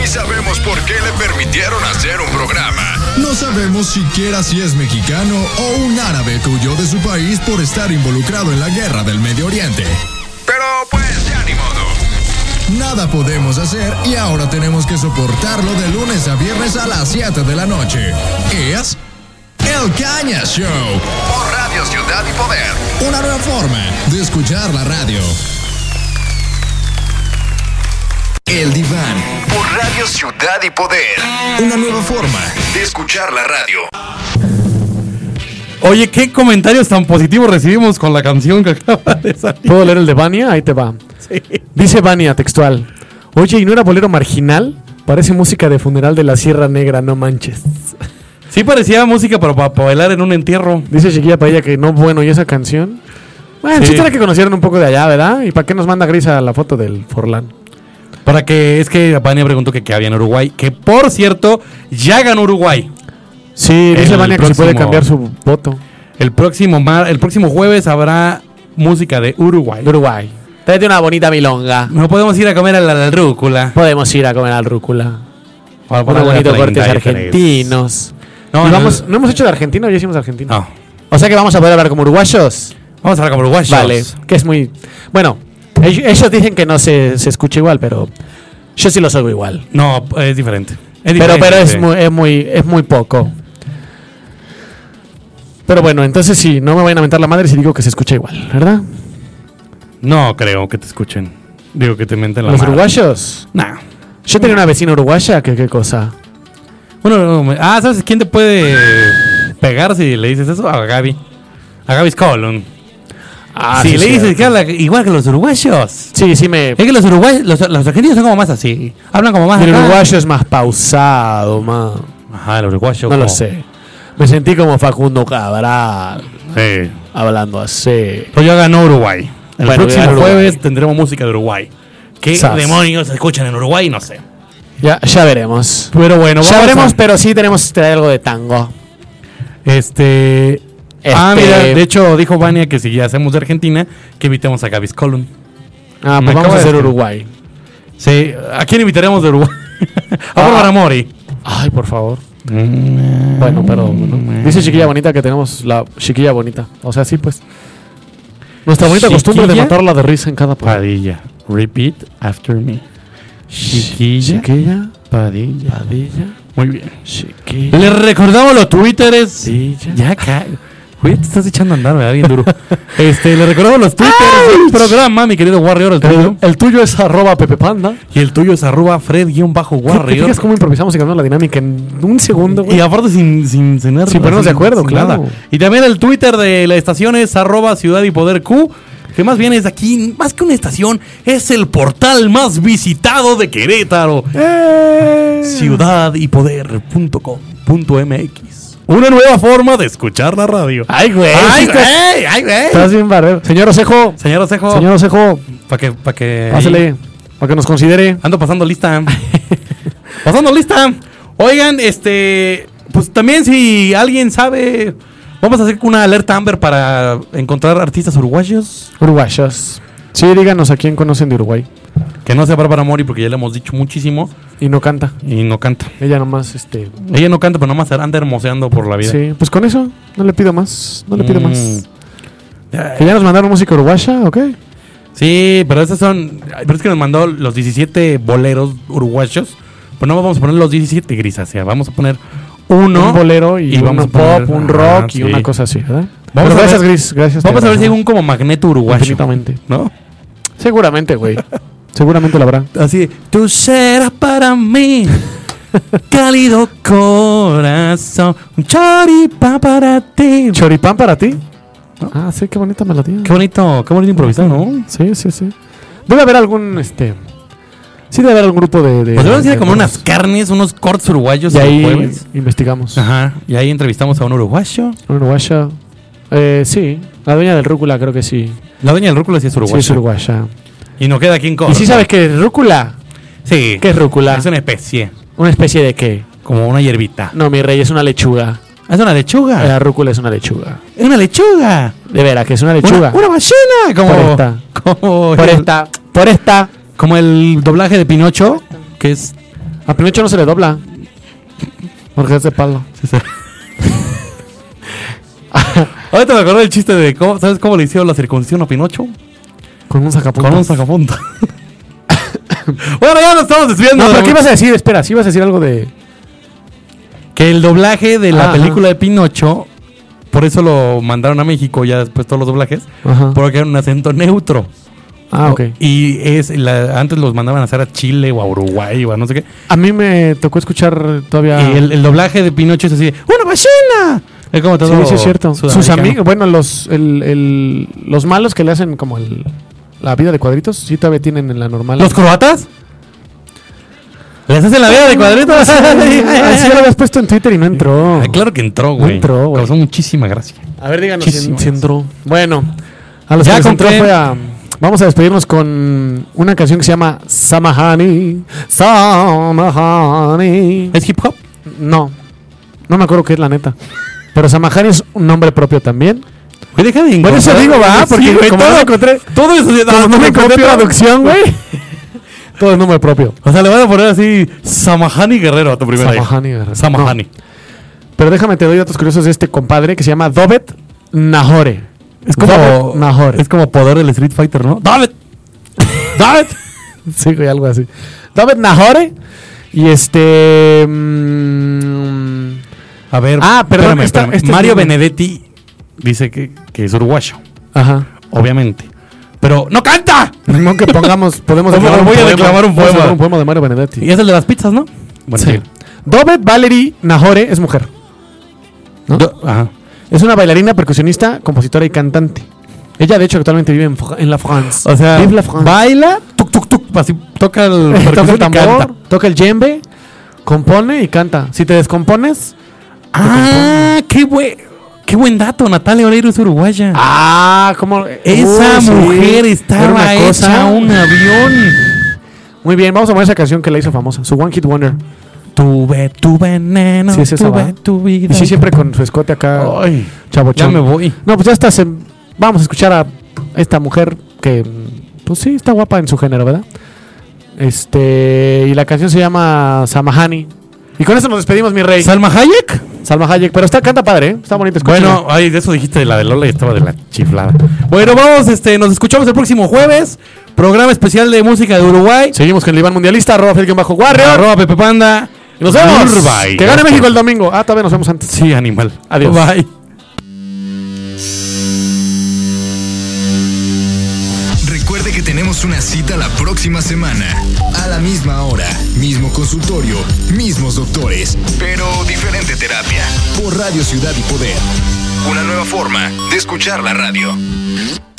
Ni sabemos por qué le permitieron hacer un programa. No sabemos siquiera si es mexicano o un árabe que huyó de su país por estar involucrado en la guerra del Medio Oriente. Pero pues ya ni modo. Nada podemos hacer y ahora tenemos que soportarlo de lunes a viernes a las 7 de la noche. Es El Caña Show. Por Radio Ciudad y Poder. Una nueva forma de escuchar la radio. El diván. Por Radio Ciudad y Poder. Una nueva forma de escuchar la radio. Oye, qué comentarios tan positivos recibimos con la canción que acaba de salir. ¿Puedo leer el de Vania? Ahí te va. Dice Vania textual. Oye, ¿y no era bolero marginal? Parece música de funeral de la Sierra Negra, no manches. Sí parecía música para, para bailar en un entierro. Dice Chiquilla Paella que no, bueno, ¿y esa canción? Bueno, el Sí. chiste era que conocieron un poco de allá, ¿verdad? ¿Y para qué nos manda Gris a la foto del Forlán? Para que, es que Vania preguntó que qué había en Uruguay. Que por cierto, ya ganó Uruguay. Sí, dice El Vania que se puede próximo- cambiar su voto. El próximo, mar, el próximo jueves habrá música de Uruguay. Uruguay. Tráete una bonita milonga. No podemos ir a comer a la, la rúcula. Podemos ir a comer al rúcula. Para Unos bonitos cortes 33. argentinos. No, Y no, vamos- no. no Ah. hemos hecho de argentino, ya hicimos argentino. No. O sea que vamos a poder hablar como uruguayos. Vamos a hablar como uruguayos. Vale, que es muy. Bueno, ell- ellos dicen que no se, se escucha igual, pero yo sí los oigo igual. No, es diferente. Es pero pero es, diferente. muy, es, muy, es muy poco. Pero bueno, entonces sí, no me vayan a mentar la madre si digo que se escucha igual, ¿verdad? No creo que te escuchen. Digo que te mienten la ¿Los madre. uruguayos? Nah. Yo tenía una vecina uruguaya, que qué cosa? Bueno, no, me- ah, ¿sabes quién te puede pegar si le dices eso? A Gaby. A Gaby Skolun. si Ah, sí, le es dices que habla igual que los uruguayos. Sí, sí me... Es que los uruguayos, los, los argentinos son como más así. Hablan como más El acá. uruguayo es más pausado, más... Ajá, el uruguayo. No lo sé. Me sentí como Facundo Cabral. Hablando así. Pues ya ganó Uruguay. El Bueno, próximo ganó Uruguay. jueves tendremos música de Uruguay. ¿Qué Sas. demonios escuchan en Uruguay? No sé. Ya, ya veremos. Pero bueno, ya vamos veremos, a- pero sí tenemos traer algo de tango. Este... Ah, Este- mira, de hecho dijo Vania que si ya hacemos de Argentina, que invitemos a Gaby Skolun. Ah, Me pues vamos acabo a de hacer escribir. Uruguay. Sí, Ah. ¿a quién invitaremos de Uruguay? a Bárbara Mori. Ay, por favor. Bueno, pero Mm, bueno. dice chiquilla bonita que tenemos la chiquilla bonita. O sea, sí, pues. Nuestra bonita costumbre de Chiquilla matarla de risa en cada programa. Padilla. Repeat after me. Chiquilla. Chiquilla. Padilla. Padilla. Muy bien. Chiquilla. Les recordamos los twitteres. Ya ca- Güey, te estás echando a andar, ¿verdad? Bien duro. este, le recordamos los twitteres del programa, mi querido Warrior. El tuyo, el tuyo es arroba pepepanda. Y el tuyo es arroba fred-warrior. ¿Te fijas cómo improvisamos y cambiamos la dinámica en un segundo, güey? Y aparte sin, sin, cenar- Sin ponernos de acuerdo, claro. nada. Y también el Twitter de la estación es arroba ciudad y poder Q. Que más bien es aquí, más que una estación, es el portal más visitado de Querétaro. Eh. Ciudad y poder.com.mx. Una nueva forma de escuchar la radio. ¡Ay, güey! ¡Ay, sí estás- güey! ¡Ay, güey! Estás bien, barbero. Señor Osejo. Señor Osejo. Señor Osejo, Para que, pa' que. pásele. Para que nos considere. Ando pasando lista. pasando lista. Oigan, este. Pues también si alguien sabe. Vamos a hacer una alerta Amber para encontrar artistas uruguayos. Uruguayas. Sí, díganos a quién conocen de Uruguay. Que no sea Bárbara Mori, porque ya le hemos dicho muchísimo. Y no canta. Y no canta. Ella nomás, este. Ella no canta, pero nomás anda hermoseando por la vida. Sí, pues con eso, no le pido más. No le pido Mm. más. ¿Que ya nos mandaron música uruguaya o qué? Sí, pero esas son. Pero es que nos mandó los 17 boleros uruguayos. Pues no vamos a poner los 17 grisácea. Vamos a poner uno. Un bolero y, un un pop, un rock y una cosa así, ¿verdad? Vamos Pero a ver- gracias, Gris. Gracias. Vamos te a ver si hay agradecemos. un como magneto uruguayo. este, Infinitamente. ¿No? Seguramente, güey. Seguramente lo habrá. Así, tú serás para mí, cálido corazón, un choripán para ti. ¿Choripán para ti? Ah, sí, qué bonita melodía. Qué bonito, qué bonito improvisar, ¿no? Sí, sí, sí. Debe haber algún, este... Sí debe haber algún grupo de... de Pues debemos ir a de- comer unas carnes, unos cortes uruguayos Y el ahí jueves. investigamos. Ajá, y ahí entrevistamos a un uruguayo. Un uruguaya... Eh, sí. La dueña del rúcula creo que sí. La dueña del rúcula sí es Sí uruguaya. es uruguaya. Y nos queda aquí en ¿Y sí sabes qué es rúcula? Sí. ¿Qué es rúcula? Es una especie, ¿Una especie de qué? como una hierbita. No, mi rey, es una lechuga. Es una lechuga. La rúcula es una lechuga. Es una lechuga. De veras, que es una lechuga. Una, una ballena. Como, Por esta. Como el- Por esta. Por esta. Como el doblaje de Pinocho, que es A Pinocho no se le dobla. Porque es de palo. Ahorita me acordé del chiste de cómo, ¿sabes cómo le hicieron la circuncisión a Pinocho? Con un sacapuntas. Con un sacapunta. bueno, ya nos estamos desviando. No, de pero la- ¿qué ibas a decir? Espera, sí ibas a decir algo de... Que el doblaje de Ah, la ajá. película de Pinocho, por eso lo mandaron a México ya después todos los doblajes, Ajá. porque era un acento neutro. Ah, ¿no? ok. Y es la- antes los mandaban a hacer a Chile o a Uruguay o a no sé qué. A mí me tocó escuchar todavía... Y el, el doblaje de Pinocho es así, de, ¡una ballena! Es como todo Sí, sí, es cierto. Sus sudamericano. amigos, bueno, los, el- el- los malos que le hacen como el, la vida de cuadritos, sí todavía tienen en la normal. ¿Los croatas? ¿Les hacen la vida de cuadritos? Sí, Así lo habías puesto en Twitter y no entró. Ay, claro que entró, güey. Entró, güey. Causó muchísima gracia. A ver, díganos si, Muchísimo. si entró. Bueno, a los Ya que les entró compré. fue a- Vamos a despedirnos con una canción que se llama Samahani. Samahani. ¿Es hip hop? No, no me acuerdo qué es la neta. Pero Samahani es un nombre propio también. Güey, deja de Bueno, eso encontrar- digo, va, Sí, porque güey, como no todo, lo encontré, todo eso como no me encontré traducción, güey. Todo es nombre propio. O sea, le van a poner así Samahani Guerrero a tu primera hija. Samahani, Guerrero. Samahani. Pero déjame te doy datos curiosos de este compadre que se llama Dobet Nahore. Es como Dobet Nahore. es como poder del Street Fighter, ¿no? ¡David! ¡David! Sí, güey, algo así. David Nahore, Y este. mm, A ver, Ah, perdón, espérame, esta- espérame. esta es Mario muy buena. Benedetti dice que, que es uruguayo. Ajá. Obviamente. Pero ¡no canta! No que pongamos, podemos Voy a declamar un poema. declamar un poema. Vamos a declamar un poema de Mario Benedetti. Y es el de las pizzas, ¿no? Bueno, Sí. sí. Dovet Valerie Nahore es mujer. ¿no? Es una bailarina, percusionista, compositora y cantante. Ella, de hecho, actualmente vive en, Fr- en la France. O sea, Vive la France. baila, tuk, tuk, tuk, así toca el, toca percusión el y tambor, canta. toca el djembe, compone y canta. Si te descompones, Ah, qué buen, qué buen dato. Natalia Oreiro es uruguaya. Ah, como Esa Uy, sí. mujer Era estaba una cosa. hecha un avión. Muy bien, vamos a poner esa canción que la hizo famosa, su One Hit Wonder. Tuve tu veneno, Sí, es esa, tuve ¿va? tu vida. Y sí, siempre con su escote acá. Ay, chabochón. ya me voy. No, pues ya está. se- Vamos a escuchar a esta mujer que, mm, pues sí, está guapa en su género, ¿verdad? Este. Y la canción se llama Samahani. Y con eso nos despedimos, mi rey. ¿Salma Hayek? Salma Hayek, pero está, canta padre, ¿eh? Está bonito escuchar. Bueno, ay, de eso dijiste de la de Lola y estaba de la chiflada. Bueno, vamos, este, nos escuchamos el próximo jueves. Programa especial de música de Uruguay. Seguimos con el Iván Mundialista, arroba Felgen Bajo Warrior. Arroba Pepe Panda. Y nos vemos. Urbay. Que gane México el domingo. Ah, todavía nos vemos antes. Sí, animal. Adiós. Bye. Recuerde que tenemos una cita la próxima semana. A la misma hora, mismo consultorio, mismos doctores, pero diferente terapia. Por Radio Ciudad y Poder. Una nueva forma de escuchar la radio.